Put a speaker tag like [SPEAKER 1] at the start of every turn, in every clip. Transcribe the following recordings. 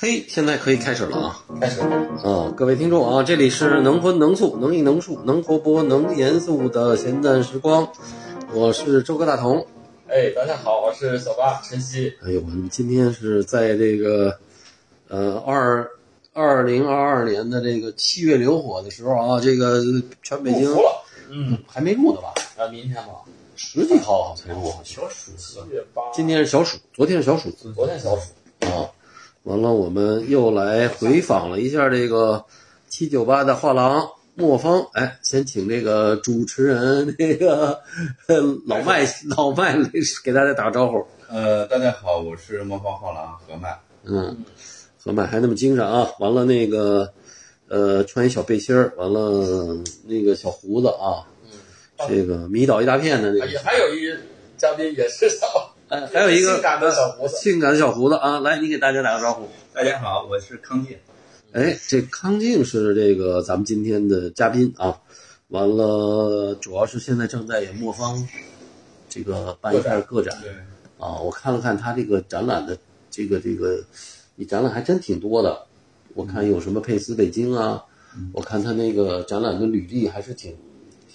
[SPEAKER 1] 哎，现在可以开始了啊！
[SPEAKER 2] 开始。
[SPEAKER 1] 啊，各位听众啊，这里是能荤能素能艺能术能活泼能严肃的闲淡时光，我是周哥大同。
[SPEAKER 2] 哎，大家好，我是小八晨曦。
[SPEAKER 1] 哎呦，我们今天是在这个呃二二零二二年的这个七月流火的时候啊，这个全北京
[SPEAKER 2] 服了。嗯，
[SPEAKER 1] 还没入呢吧？
[SPEAKER 2] 那明天吧。
[SPEAKER 1] 十几号好像才入。
[SPEAKER 2] 小暑，七月八。
[SPEAKER 1] 今天是小暑，昨天是小暑
[SPEAKER 2] 昨天小暑。
[SPEAKER 1] 啊。完了，我们又来回访了一下这个七九八的画廊磨坊。哎，先请这个主持人那个 呃老麦 老麦来给大家打个招呼。
[SPEAKER 3] 呃，大家好，我是魔方画廊何曼。
[SPEAKER 1] 嗯，何麦还那么精神啊！完了那个呃穿一小背心儿，完了那个小胡子啊，这个迷倒一大片的那
[SPEAKER 2] 也
[SPEAKER 1] 个。
[SPEAKER 2] 哎还有一嘉宾也是小，
[SPEAKER 1] 哎，还有一个呃
[SPEAKER 2] 性感的小胡子
[SPEAKER 1] 性感的小胡子啊！来，你给大家打个招呼。
[SPEAKER 3] 大家好，我是康健。
[SPEAKER 1] 哎，这康静是这个咱们今天的嘉宾啊。完了，主要是现在正在也磨坊这个办一下个展
[SPEAKER 3] 对，
[SPEAKER 1] 啊。我看了看他这个展览的这个这个，你展览还真挺多的。我看
[SPEAKER 3] 嗯
[SPEAKER 1] 有什么佩斯北京啊，我看他那个展览的履历还是挺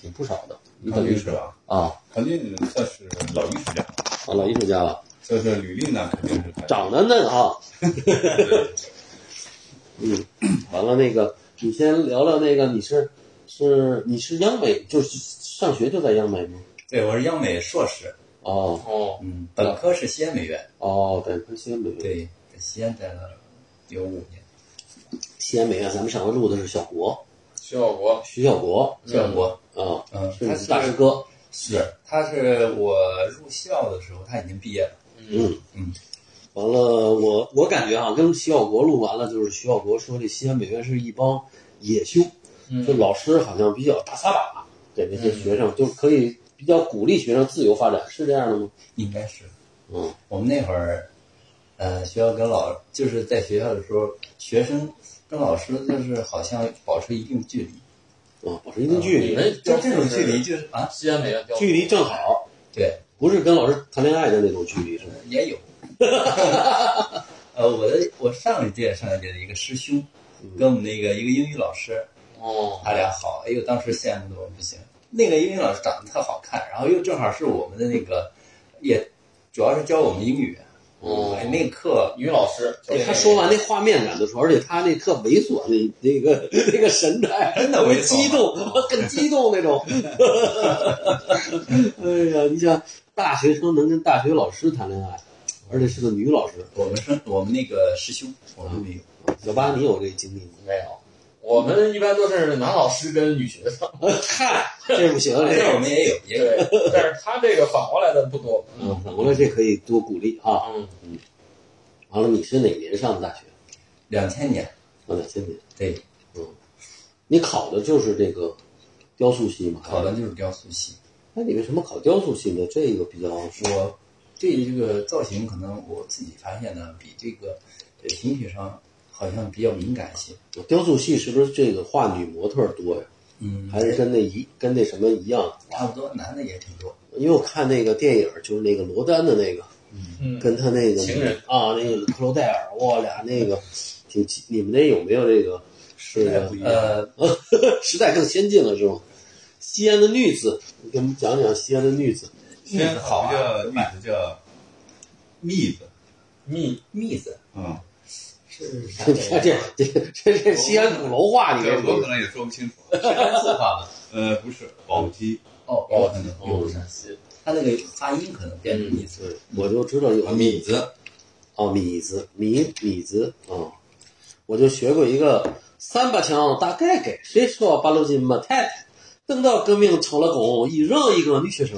[SPEAKER 1] 挺不少的。你
[SPEAKER 3] 康
[SPEAKER 1] 等
[SPEAKER 3] 健
[SPEAKER 1] 于
[SPEAKER 3] 是
[SPEAKER 1] 是
[SPEAKER 3] 吧？
[SPEAKER 1] 啊，
[SPEAKER 3] 康健算是老艺术家，
[SPEAKER 1] 啊老艺术家了，
[SPEAKER 3] 就是履历呢肯定是他
[SPEAKER 1] 长得嫩 啊。嗯，完了那个，你先聊聊那个，你是是你是央美，就是上学就在央美吗？
[SPEAKER 4] 对，我是央美硕士，
[SPEAKER 1] 哦
[SPEAKER 2] 哦，
[SPEAKER 4] 嗯，本科是西安美院，
[SPEAKER 1] 哦，本科西安美院，
[SPEAKER 4] 对，在西安待了有五年。
[SPEAKER 1] 西安美啊院，咱们上回录的是小国，
[SPEAKER 2] 徐小国。
[SPEAKER 1] 徐小国
[SPEAKER 4] 这我，
[SPEAKER 1] 啊，
[SPEAKER 4] 嗯，
[SPEAKER 1] 是
[SPEAKER 4] 他
[SPEAKER 1] 你
[SPEAKER 4] 是
[SPEAKER 1] 大师哥，
[SPEAKER 4] 是他是我入校的时候他已经毕业了，
[SPEAKER 1] 嗯
[SPEAKER 4] 嗯。
[SPEAKER 1] 完了，我我感觉啊，跟徐小国录完了，就是徐小国说这西安美院是一帮野修，就老师好像比较大撒把，给那些学生，就可以比较鼓励学生自由发展，是这样的吗？
[SPEAKER 4] 应该是
[SPEAKER 1] 嗯，
[SPEAKER 4] 我们那会儿，呃，学校跟老就是在学校的时候，学生跟老师就是好像保持一定距离，
[SPEAKER 1] 啊，保持一定距
[SPEAKER 4] 呃
[SPEAKER 1] 离，
[SPEAKER 2] 你们
[SPEAKER 4] 就这种距离就是啊，
[SPEAKER 2] 西安美院标
[SPEAKER 1] 距离正好，
[SPEAKER 4] 对，
[SPEAKER 1] 不是跟老师谈恋爱的那种距离，是吧？
[SPEAKER 4] 也有。 呃，我的我上一届上一届的一个师兄，跟我们那个一个英语老师，
[SPEAKER 2] 哦，
[SPEAKER 4] 他俩好，哎呦，当时羡慕的我不行。那个英语老师长得特好看，然后又正好是我们的那个，也主要是教我们英语。
[SPEAKER 2] 哦
[SPEAKER 4] 哎那个课
[SPEAKER 2] 于老师。
[SPEAKER 1] 对
[SPEAKER 4] 对
[SPEAKER 1] 他说完那画面感的时候，而且他那特猥琐那那个那个神态，
[SPEAKER 4] 真的猥琐
[SPEAKER 1] 激动， 很激动那种。 哎呀，你想大学生能跟大学老师谈恋爱，而且是个女老师，
[SPEAKER 4] 我们是，我们那个师兄，我们没有。
[SPEAKER 1] 小八，你有这经历吗？
[SPEAKER 2] 没有，我们一般都是男老师跟女学生。
[SPEAKER 1] 嗨，这不行，这
[SPEAKER 4] 那我们也有，也有。
[SPEAKER 2] 对，但是他这个反过来的不多。
[SPEAKER 1] 嗯，反过来这可以多鼓励啊。
[SPEAKER 2] 嗯，
[SPEAKER 1] 完了，你是哪年上的大学？
[SPEAKER 4] 两千年，
[SPEAKER 1] 我两千年。
[SPEAKER 4] 对，
[SPEAKER 1] 你考的就是这个雕塑系吗？哎
[SPEAKER 4] 考的就是雕塑系。
[SPEAKER 1] 那你为什么考雕塑系呢？这个比较是
[SPEAKER 4] 我对这个造型，可能我自己发现呢，比这个呃形体上好像比较敏感些。
[SPEAKER 1] 雕塑系是不是这个画女模特儿多呀？
[SPEAKER 4] 嗯
[SPEAKER 1] 还是跟那一跟那什么一样？
[SPEAKER 4] 差不多，男的也挺多。
[SPEAKER 1] 因为我看那个电影儿，就是那个罗丹的那个，
[SPEAKER 2] 嗯
[SPEAKER 1] 跟他那个
[SPEAKER 2] 情人
[SPEAKER 1] 啊，那个克罗代尔，哇，俩那个挺你们那有没有这个是
[SPEAKER 3] 代不一样
[SPEAKER 4] 呃，
[SPEAKER 1] 时代更先进了是吗？西安的女子，你给我们讲讲西安的女子。
[SPEAKER 4] 蜜子好啊
[SPEAKER 3] 叫女子叫蜜子，
[SPEAKER 2] 蜜
[SPEAKER 4] 蜜子
[SPEAKER 3] 嗯，
[SPEAKER 4] 是啥
[SPEAKER 1] 这这这这这西安鼓楼话，你
[SPEAKER 3] 这
[SPEAKER 1] 这
[SPEAKER 3] 我可能也说不清楚。
[SPEAKER 4] 话
[SPEAKER 3] 呃，不是宝鸡，
[SPEAKER 4] 哦，
[SPEAKER 2] 哦
[SPEAKER 4] 有可能，
[SPEAKER 1] 哦
[SPEAKER 4] 有可
[SPEAKER 2] 陕
[SPEAKER 4] 能，
[SPEAKER 2] 西，
[SPEAKER 4] 他那个发音可能变成蜜子。
[SPEAKER 1] 我就知道有
[SPEAKER 3] 米子，
[SPEAKER 1] 哦，米子米米子啊、哦我就学过一个三把枪大盖盖，谁说八路军没太太？等到革命成了功，一人一个女学生。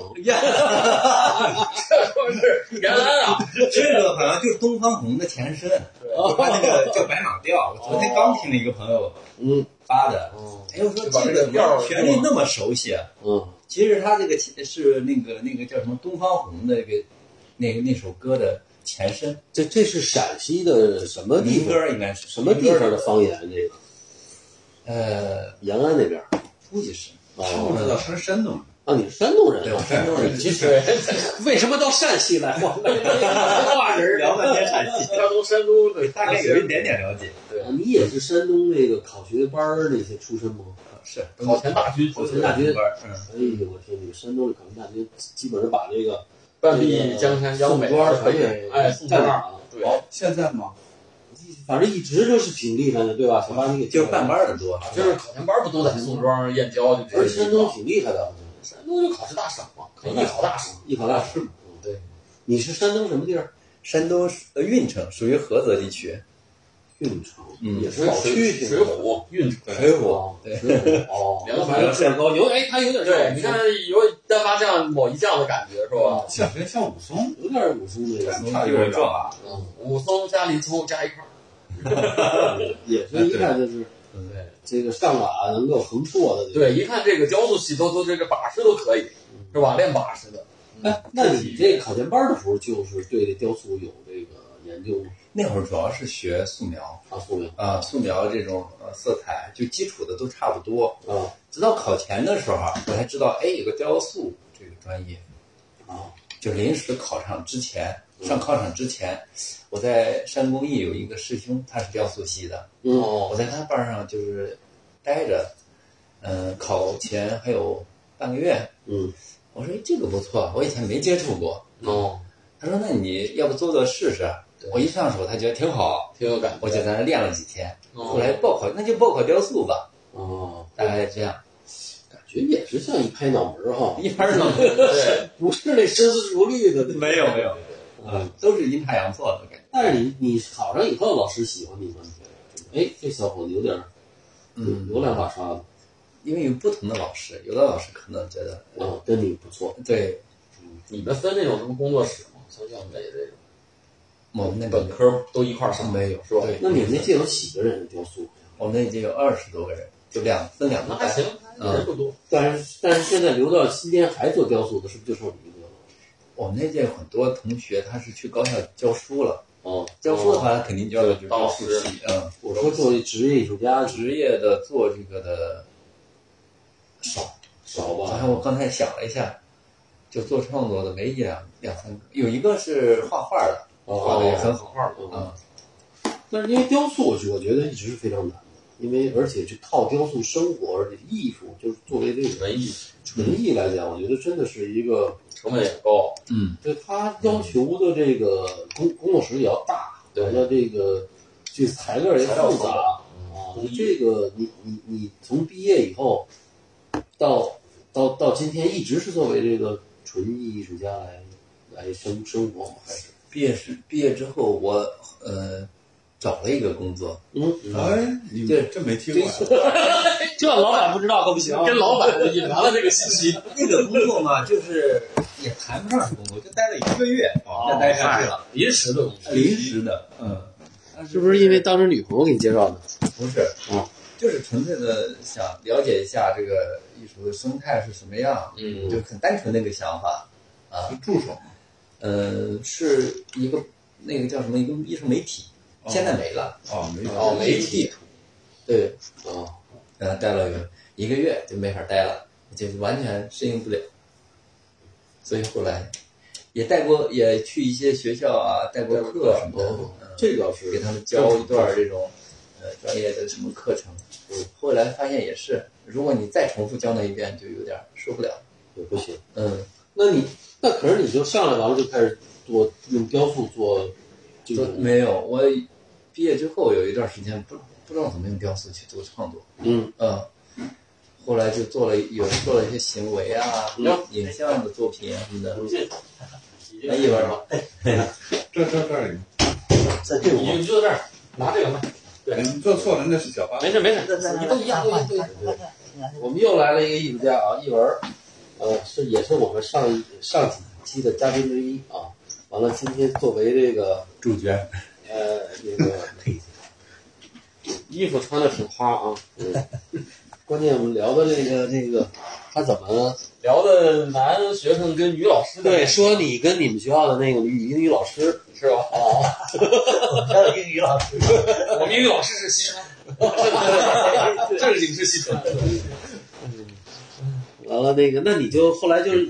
[SPEAKER 2] 这说是原来啊，
[SPEAKER 4] 这个好像就是东方红的前身，
[SPEAKER 2] 对
[SPEAKER 4] 他那个叫白马调。我昨天刚听了一个朋友
[SPEAKER 1] 嗯
[SPEAKER 4] 发的，哎，我说
[SPEAKER 2] 就把这
[SPEAKER 4] 这个
[SPEAKER 2] 个
[SPEAKER 4] 怎
[SPEAKER 2] 调
[SPEAKER 4] 么
[SPEAKER 2] 儿
[SPEAKER 4] 旋律那么熟悉啊？
[SPEAKER 1] 嗯，
[SPEAKER 4] 其实他这个其是那个那个叫什么东方红的那个那个那首歌的前身，
[SPEAKER 1] 这这是陕西的什么地
[SPEAKER 4] 民
[SPEAKER 1] 方？
[SPEAKER 4] 歌应该是
[SPEAKER 1] 什么地方的方言？这个
[SPEAKER 4] 呃，
[SPEAKER 1] 延安那边儿
[SPEAKER 4] 估计是
[SPEAKER 3] 不
[SPEAKER 1] 哦
[SPEAKER 3] 知道是山东。
[SPEAKER 1] 啊、啊，你是山东人
[SPEAKER 4] 对，我山东人， 其实
[SPEAKER 2] 对，
[SPEAKER 1] 为什么到陕西来？我们话 人
[SPEAKER 4] 聊半天陕西，
[SPEAKER 2] 山东山东的
[SPEAKER 4] 大概有一点点了解。
[SPEAKER 2] 对，
[SPEAKER 1] 你也是山东那个考学班儿那些出身吗？
[SPEAKER 4] 是
[SPEAKER 2] 考前大军，
[SPEAKER 1] 考前大军
[SPEAKER 4] 班儿，嗯，
[SPEAKER 1] 哎呦，我天，你们山东的考前大军基本上把这个
[SPEAKER 2] 半壁江山
[SPEAKER 1] 宋
[SPEAKER 2] 江北，
[SPEAKER 1] 庄
[SPEAKER 2] 可
[SPEAKER 1] 全
[SPEAKER 2] 以
[SPEAKER 1] 给
[SPEAKER 2] 哎，宋
[SPEAKER 1] 占
[SPEAKER 2] 庄
[SPEAKER 1] 满了。
[SPEAKER 2] 对，
[SPEAKER 3] 哦，现在吗？
[SPEAKER 1] 反正一直都是挺厉害的，对吧？小八，你给
[SPEAKER 4] 就是办班儿的多，
[SPEAKER 2] 就是考前班不都在宋庄、燕郊就
[SPEAKER 1] 而
[SPEAKER 2] 这
[SPEAKER 1] 且
[SPEAKER 2] 些
[SPEAKER 1] 山
[SPEAKER 2] 地
[SPEAKER 1] 东
[SPEAKER 2] 方？
[SPEAKER 1] 挺厉害的，好像
[SPEAKER 2] 山东就考试大省嘛，艺考大省。
[SPEAKER 1] 艺考大师嘛。
[SPEAKER 2] 对，
[SPEAKER 1] 你是山东什么地儿？
[SPEAKER 4] 山东呃运城属于菏泽地区，
[SPEAKER 1] 运城，
[SPEAKER 4] 嗯
[SPEAKER 1] 也是
[SPEAKER 2] 水
[SPEAKER 1] 老区挺
[SPEAKER 2] 水浒运城。
[SPEAKER 4] 水
[SPEAKER 1] 哦
[SPEAKER 4] 浒，对，
[SPEAKER 1] 水浒 哦，
[SPEAKER 2] 梁
[SPEAKER 1] 反正质量高，有哎，它有点
[SPEAKER 2] 对，你看有单发将某一将的感觉是吧？
[SPEAKER 3] 像谁像武松？
[SPEAKER 1] 有点武松那个，
[SPEAKER 3] 差有点壮啊！
[SPEAKER 2] 嗯，武松加林冲加一块儿。
[SPEAKER 1] 也是一看就是
[SPEAKER 2] 对
[SPEAKER 1] 这个上马能够横破的。
[SPEAKER 2] 对，一看这个雕塑系都都这个把式都可以，是吧？练把式的，
[SPEAKER 1] 哎，那你这考前班的时候，就是对这雕塑有这个研究吗？
[SPEAKER 4] 那会儿主要是学素描
[SPEAKER 1] 啊，素描
[SPEAKER 4] 啊，素描这种呃色彩就基础的都差不多，
[SPEAKER 1] 啊
[SPEAKER 4] 直到考前的时候，我才知道，哎，有个雕塑这个专业，
[SPEAKER 1] 啊，
[SPEAKER 4] 就临时考场之前，上考场之前，我在山工艺有一个师兄，他是雕塑系的，
[SPEAKER 1] 嗯
[SPEAKER 4] 我在他班上就是待着，嗯、考前还有半个月，
[SPEAKER 1] 嗯
[SPEAKER 4] 我说哎这个不错，我以前没接触过。
[SPEAKER 2] 哦，
[SPEAKER 4] 他说那你要不做做试试？我一上手，他觉得挺好，
[SPEAKER 2] 挺有感觉。
[SPEAKER 4] 我就在那练了几天，
[SPEAKER 2] 哦
[SPEAKER 4] 后来报考那就报考雕塑吧，
[SPEAKER 1] 哦，
[SPEAKER 4] 大概这样，
[SPEAKER 1] 感觉也是像一拍脑门儿哈，
[SPEAKER 4] 一拍 儿脑
[SPEAKER 2] 对，
[SPEAKER 1] 不是那深思熟虑的。
[SPEAKER 4] 没有没有，
[SPEAKER 1] 嗯，
[SPEAKER 4] 都是阴差阳错的感觉。
[SPEAKER 1] 但是你你考上以后，老师喜欢你吗？哎，这小伙子有点儿有
[SPEAKER 4] 嗯，
[SPEAKER 1] 有两把刷子，
[SPEAKER 4] 因为有不同的老师，有的老师可能觉得
[SPEAKER 1] 啊，跟你不错。
[SPEAKER 4] 对
[SPEAKER 2] 你们分那种什么工作室吗？像像我们这种
[SPEAKER 4] 我们那
[SPEAKER 2] 本
[SPEAKER 4] 个
[SPEAKER 2] 科都一块儿上，
[SPEAKER 4] 没有
[SPEAKER 2] 是吧？
[SPEAKER 4] 对
[SPEAKER 1] 那你们那届有几个人雕塑？
[SPEAKER 4] 我们那已经有二十多个人，就两分两个
[SPEAKER 2] 那
[SPEAKER 4] 班
[SPEAKER 2] 还，行，人不多。
[SPEAKER 1] 但是但是现在留到今天还做雕塑的，是不是就剩你一个了？
[SPEAKER 4] 我们那届有很多同学他是去高校教书了，
[SPEAKER 1] 哦，
[SPEAKER 4] 教书的话他肯定就要去
[SPEAKER 2] 当老
[SPEAKER 4] 雕
[SPEAKER 2] 师
[SPEAKER 4] 塑系，嗯，
[SPEAKER 1] 我说作为职业艺术家是
[SPEAKER 4] 职业的做这个的少。
[SPEAKER 1] 少
[SPEAKER 4] 然
[SPEAKER 1] 吧？
[SPEAKER 4] 后我刚才想了一下，就做创作的没一两两三个，有一个是画画的，画
[SPEAKER 1] 哦
[SPEAKER 4] 的也很好，
[SPEAKER 2] 画的
[SPEAKER 1] 嗯
[SPEAKER 4] 嗯，
[SPEAKER 1] 但是因为雕塑，我觉我觉得一直是非常难的，因为而且去靠雕塑生活，而且艺术就是作为这个
[SPEAKER 2] 文艺
[SPEAKER 1] 纯艺来讲，我觉得真的是一个，
[SPEAKER 2] 成本也高，
[SPEAKER 4] 嗯，
[SPEAKER 1] 对他要求的这个工工作室也要大，
[SPEAKER 2] 对
[SPEAKER 1] 完了这个这材料也
[SPEAKER 2] 材料
[SPEAKER 1] 复
[SPEAKER 2] 成
[SPEAKER 1] 杂
[SPEAKER 2] 本
[SPEAKER 1] 啊
[SPEAKER 2] 工艺，
[SPEAKER 1] 这个你你你从毕业以后到到到今天，一直是作为这个纯艺艺术家来来生生活吗？还是
[SPEAKER 4] 毕业是毕业之后我呃找了一个工作，
[SPEAKER 1] 嗯，
[SPEAKER 3] 哎，你
[SPEAKER 4] 对
[SPEAKER 3] 这没听过呀？
[SPEAKER 1] 这老板不知道可不行啊
[SPEAKER 2] 跟老板隐瞒了这个信息。
[SPEAKER 4] 那个工作嘛，就是也谈不上什么工作，就待了一个月，
[SPEAKER 2] 哦
[SPEAKER 4] 再待下去了，
[SPEAKER 2] 临时的东西，
[SPEAKER 4] 临时的，嗯，
[SPEAKER 1] 是不是因为当时女朋友给你介绍的？
[SPEAKER 4] 不是，
[SPEAKER 1] 嗯
[SPEAKER 4] 就是纯粹的想了解一下这个艺术的生态是什么样，
[SPEAKER 2] 嗯，
[SPEAKER 4] 就很单纯的一个想法啊
[SPEAKER 3] 是，助手吗？
[SPEAKER 4] 呃，是一个那个叫什么一个艺术媒体，
[SPEAKER 3] 哦
[SPEAKER 4] 现在没了，
[SPEAKER 3] 哦，没
[SPEAKER 2] 哦媒体，
[SPEAKER 4] 对，
[SPEAKER 1] 哦，
[SPEAKER 4] 然后待了有一个月就没法待了，就完全适应不了，所以后来也带过，也去一些学校啊，带过课什么的，
[SPEAKER 1] 哦
[SPEAKER 4] 嗯，
[SPEAKER 1] 这个要
[SPEAKER 4] 给
[SPEAKER 1] 是
[SPEAKER 4] 他们教一段这种呃专业的什么课程。
[SPEAKER 1] 嗯
[SPEAKER 4] 后来发现也是，如果你再重复教那一遍，就有点受不了。
[SPEAKER 1] 也不行。
[SPEAKER 4] 嗯，
[SPEAKER 1] 那你那可是你就上来完了就开始做用雕塑做这
[SPEAKER 4] 就
[SPEAKER 1] 种，
[SPEAKER 4] 没有。我毕业之后有一段时间不不知道怎么用雕塑去做创作。
[SPEAKER 1] 嗯
[SPEAKER 4] 嗯，后来就做了有做了一些行为啊、
[SPEAKER 1] 嗯
[SPEAKER 4] 影像的作品啊什么的。
[SPEAKER 2] 已
[SPEAKER 4] 那一边吧，
[SPEAKER 3] 这这这里，
[SPEAKER 1] 在这种
[SPEAKER 2] 你就坐这儿拿这个麦，对
[SPEAKER 3] 你做错了，那是小八。
[SPEAKER 2] 没事没事，
[SPEAKER 5] 你
[SPEAKER 2] 你
[SPEAKER 5] 都
[SPEAKER 2] 都
[SPEAKER 5] 一
[SPEAKER 2] 一
[SPEAKER 5] 样
[SPEAKER 2] 样，
[SPEAKER 5] 对
[SPEAKER 2] 对
[SPEAKER 5] 对
[SPEAKER 2] 对
[SPEAKER 5] 对
[SPEAKER 2] 对。
[SPEAKER 1] 我们又来了一个艺术家啊，一文儿，呃，是也是我们上一上几期的嘉宾之一啊。完了，今天作为这个
[SPEAKER 4] 主角。
[SPEAKER 1] 呃那个衣服穿的挺花啊，嗯，关键我们聊的这个这个他怎么
[SPEAKER 2] 聊的男学生跟女老师的
[SPEAKER 1] 对说你跟你们学校的那个语英语老师
[SPEAKER 2] 是吧？ 哦，
[SPEAKER 5] 还有英语老师，
[SPEAKER 2] 我们英语老师是西川，正经是西川，
[SPEAKER 1] 呃聊了那个，那你就后来就是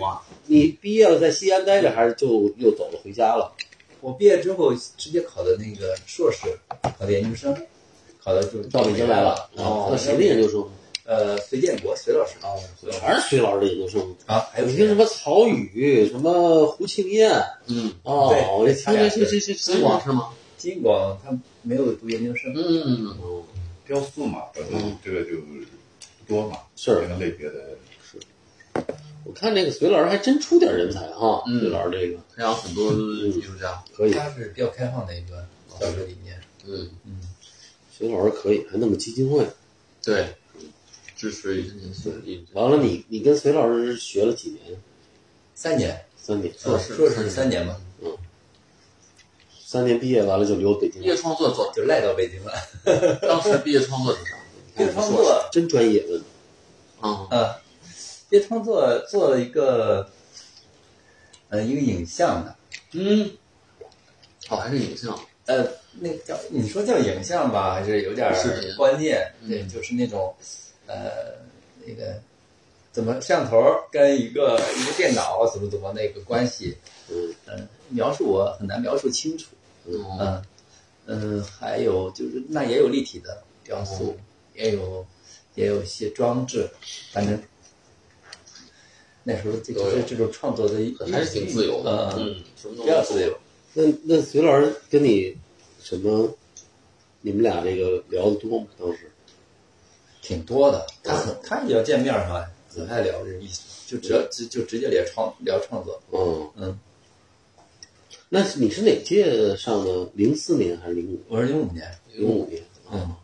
[SPEAKER 1] 你毕业了在西安待着，还是就又走了回家了？
[SPEAKER 4] 我毕业之后直接考的那个硕士，考的研究生，考的就
[SPEAKER 1] 到北京来了
[SPEAKER 4] 了，。
[SPEAKER 1] 哦，那谁的研究生？
[SPEAKER 4] 呃，隋建国，隋老师
[SPEAKER 1] 哦，全是隋老师的研究生。
[SPEAKER 4] 啊，还有
[SPEAKER 1] 你听什
[SPEAKER 4] 谁？
[SPEAKER 1] 么曹禺，什么胡庆燕？
[SPEAKER 4] 嗯，
[SPEAKER 1] 哦，
[SPEAKER 4] 对
[SPEAKER 1] 我一听
[SPEAKER 4] 他俩
[SPEAKER 1] 这
[SPEAKER 4] 是
[SPEAKER 1] 这这这孙广是吗？
[SPEAKER 4] 金广他没有读研究生，
[SPEAKER 1] 嗯，
[SPEAKER 3] 雕塑嘛，本身这个就不多嘛，
[SPEAKER 1] 是
[SPEAKER 3] 这个类别的
[SPEAKER 1] 我看这个隋老师还真出点人才哈。
[SPEAKER 4] 嗯
[SPEAKER 1] 隋老师这个
[SPEAKER 2] 培养很多艺术家，
[SPEAKER 1] 可以，
[SPEAKER 4] 他是比较开放的一个教学理念。
[SPEAKER 2] 嗯，
[SPEAKER 1] 隋老师可以，还弄个基金会。
[SPEAKER 2] 对，支持一些艺术家。
[SPEAKER 1] 完了你，你跟隋老师学了几年？
[SPEAKER 4] 三年
[SPEAKER 1] 三年，啊
[SPEAKER 2] 硕士
[SPEAKER 4] 硕士三年嘛，
[SPEAKER 1] 三年毕业完了就留北京
[SPEAKER 2] 毕业
[SPEAKER 1] 了，
[SPEAKER 2] 创作做，
[SPEAKER 4] 就赖到北京 了。
[SPEAKER 2] 当时毕业创作是啥？
[SPEAKER 4] 毕业创作
[SPEAKER 1] 真专业的。
[SPEAKER 2] 嗯，
[SPEAKER 4] 啊，毕业创作做了一个，呃，一个影像的，
[SPEAKER 2] 嗯，哦，还是影像，
[SPEAKER 4] 呃，那个叫你说叫影像吧，还是有点儿
[SPEAKER 2] 视频
[SPEAKER 4] 观念，
[SPEAKER 2] 嗯
[SPEAKER 4] 对，就是那种，呃，那个怎么摄像头儿跟一个一个电脑怎么怎么那个关系，
[SPEAKER 1] 嗯
[SPEAKER 4] 嗯，描述我很难描述清楚，
[SPEAKER 2] 嗯，
[SPEAKER 4] 嗯嗯，还有就是那也有立体的雕塑，
[SPEAKER 2] 嗯
[SPEAKER 4] 也有也有一些装置，反正那时候这
[SPEAKER 2] 都有
[SPEAKER 4] 个这种创作的一
[SPEAKER 2] 还是挺自由的，
[SPEAKER 4] 嗯，
[SPEAKER 2] 嗯，什么都
[SPEAKER 4] 比较自由。
[SPEAKER 1] 那那隋老师跟你什么？你们俩这个聊的多吗？当时
[SPEAKER 4] 挺多的。他很他也要见面儿哈，很爱聊这个艺术，就直就就直接聊创聊创作。
[SPEAKER 1] 嗯
[SPEAKER 4] 嗯，
[SPEAKER 1] 那是你是哪届上的？零四年还是零五？
[SPEAKER 4] 我是零五年，
[SPEAKER 1] 零五年。
[SPEAKER 4] 嗯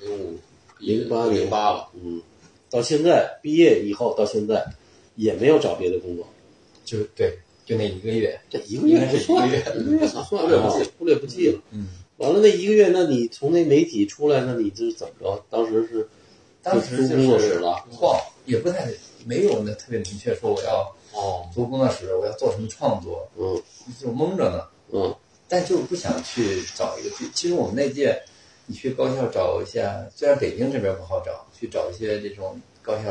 [SPEAKER 2] 零五
[SPEAKER 1] 零八
[SPEAKER 2] 零八了，
[SPEAKER 1] 了，嗯，到现在毕业以后到现在也没有找别的工作，
[SPEAKER 4] 就对，就那一个月，
[SPEAKER 1] 这一个月不算，
[SPEAKER 4] 应该是
[SPEAKER 1] 一个月不算，
[SPEAKER 2] 忽略不计，
[SPEAKER 1] 忽略不计了。
[SPEAKER 4] 嗯，
[SPEAKER 1] 完了那一个月，那你从那媒体出来，那你就是怎么着？当时是
[SPEAKER 4] 当时
[SPEAKER 1] 就
[SPEAKER 4] 就
[SPEAKER 1] 工作室
[SPEAKER 4] 是
[SPEAKER 1] 了，
[SPEAKER 4] 晃，也不太没有那特别明确说我要
[SPEAKER 2] 哦，
[SPEAKER 4] 做工作室，我要做什么创作，
[SPEAKER 1] 嗯
[SPEAKER 4] 就蒙着呢。
[SPEAKER 1] 嗯
[SPEAKER 4] 但就是不想去找一个地。其实我们那届，你去高校找一下，虽然北京这边不好找，去找一些这种高校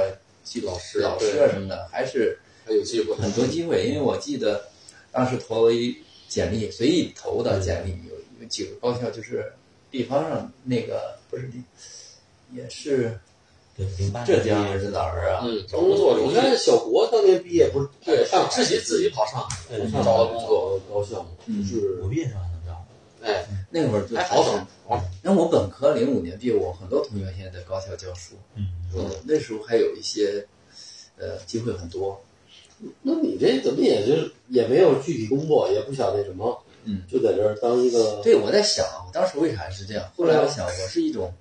[SPEAKER 4] 技老师、老师啊什么的，还是
[SPEAKER 2] 还有机会，
[SPEAKER 4] 很多机会，因为我记得当时投了一简历，随意投的简历有有几个高校，就是地方上那个不是地，也是
[SPEAKER 5] 零零八
[SPEAKER 4] 浙江还是哪儿啊？
[SPEAKER 2] 嗯，
[SPEAKER 1] 嗯，
[SPEAKER 2] 工作中
[SPEAKER 1] 你看小国当年毕业不是
[SPEAKER 2] 对，
[SPEAKER 1] 上海
[SPEAKER 2] 上自己自己跑上海，
[SPEAKER 5] 对
[SPEAKER 1] 上海
[SPEAKER 2] 找了工作
[SPEAKER 1] 找高校，
[SPEAKER 4] 嗯
[SPEAKER 1] 是
[SPEAKER 5] 我毕业时候还能找，
[SPEAKER 2] 哎，
[SPEAKER 4] 那会儿就
[SPEAKER 2] 还好找，
[SPEAKER 4] 那我本科零五年毕业，我很多同学现在在高校教书，
[SPEAKER 5] 嗯，
[SPEAKER 4] 嗯，那时候还有一些呃机会很多，
[SPEAKER 1] 那你这怎么也就是也没有具体工作，也不想那什么，
[SPEAKER 4] 嗯，
[SPEAKER 1] 就在这儿当一个
[SPEAKER 4] 对，我在想，我当时为啥是这样？后来我想，我是一种